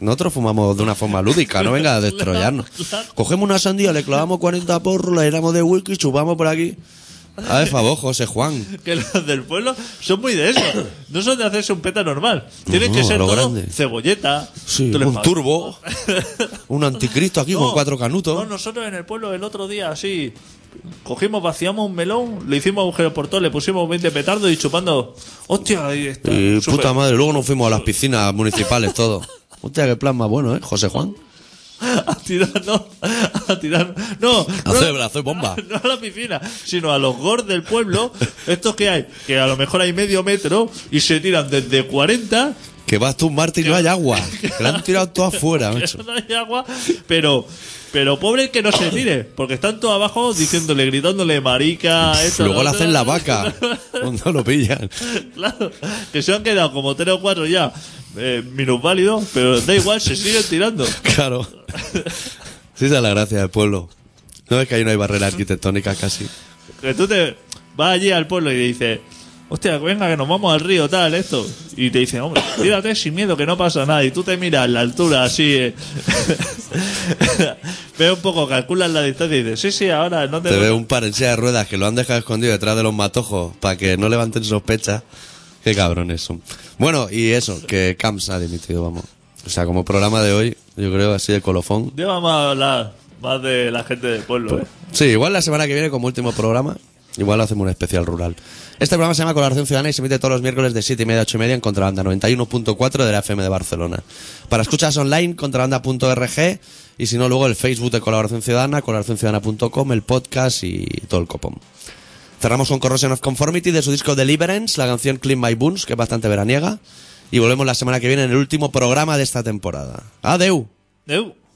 A: Nosotros fumamos de una forma lúdica, no
C: [LAUGHS]
A: venga a destrollarnos.
C: Claro, claro.
A: Cogemos una sandía, le clavamos 40 porros, la llenamos de whisky, chupamos por aquí. A ver, favor, José Juan.
C: que los del pueblo son
A: [COUGHS]
C: muy de eso. No son de hacerse un peta normal. Tienen
A: No,
C: que
A: a
C: ser
A: lo
C: todo
A: grande.
C: cebolleta.
A: Sí,
C: tú les
A: un
C: pagas.
A: turbo. Un anticristo aquí con
C: No,
A: cuatro canutos.
C: No, nosotros en el pueblo el otro día así cogimos, vaciamos un melón, le hicimos agujero por todo, le pusimos 20 petardos y chupando. ¡Hostia! Ahí está.
A: Y
C: Súper.
A: puta madre, luego nos fuimos a las piscinas municipales, todo. Hostia, qué plan más bueno, ¿eh? José Juan.
C: [LAUGHS] A tirar, no. A tirar. No. no-
A: Hacer brazo y bomba.
C: [LAUGHS] No a la piscina, sino a los gores del pueblo. Estos que hay, que a lo mejor hay medio metro y se tiran desde 40
A: Que vas tú un martes y no hay agua. Que la han tirado toda afuera, macho. [LAUGHS]
C: Eso no hay agua, pero pero pobre el que no se tire, porque están todos abajo diciéndole, gritándole marica, esto,
A: Luego
C: lo
A: le
C: otro.
A: hacen la vaca. Cuando lo pillan.
C: [LAUGHS] Claro, que se han quedado como tres o cuatro ya eh, minusválidos, pero da igual, se siguen tirando.
A: Claro. Sí, esa es la gracia del pueblo. No es que ahí no hay barreras arquitectónicas casi.
C: Que tú te vas allí al pueblo y dices, hostia, venga, que nos vamos al río, tal, esto. Y te dicen, hombre, tírate sin miedo, que no pasa nada. Y tú te miras a la altura, así. eh. [LAUGHS] Ves un poco, calculas la distancia y dices, sí, sí, ahora no te
A: Te ve un par en silla de ruedas que lo han dejado escondido detrás de los matojos para que no levanten sospechas. Qué cabrones son. Bueno, y eso, que Camps ha dimitido, vamos. O sea, como programa de hoy, yo creo así de colofón.
C: Ya vamos a hablar más de la gente del pueblo, ¿eh?
A: Sí, igual la semana que viene como último programa, igual hacemos un especial rural. Este programa se llama Colaboración Ciudadana y se emite todos los miércoles de 7 y media a 8 y media en Contrabanda 91.4 de la FM de Barcelona. Para escuchas online, contrabanda.org y si no, luego el Facebook de Colaboración Ciudadana, colaboracionciudadana.com, el podcast y todo el copón. Cerramos con Corrosion of Conformity de su disco Deliverance, la canción Clean My Boons, que es bastante veraniega. Y volvemos la semana que viene en el último programa de esta temporada. ¡Adeu!
C: Eu.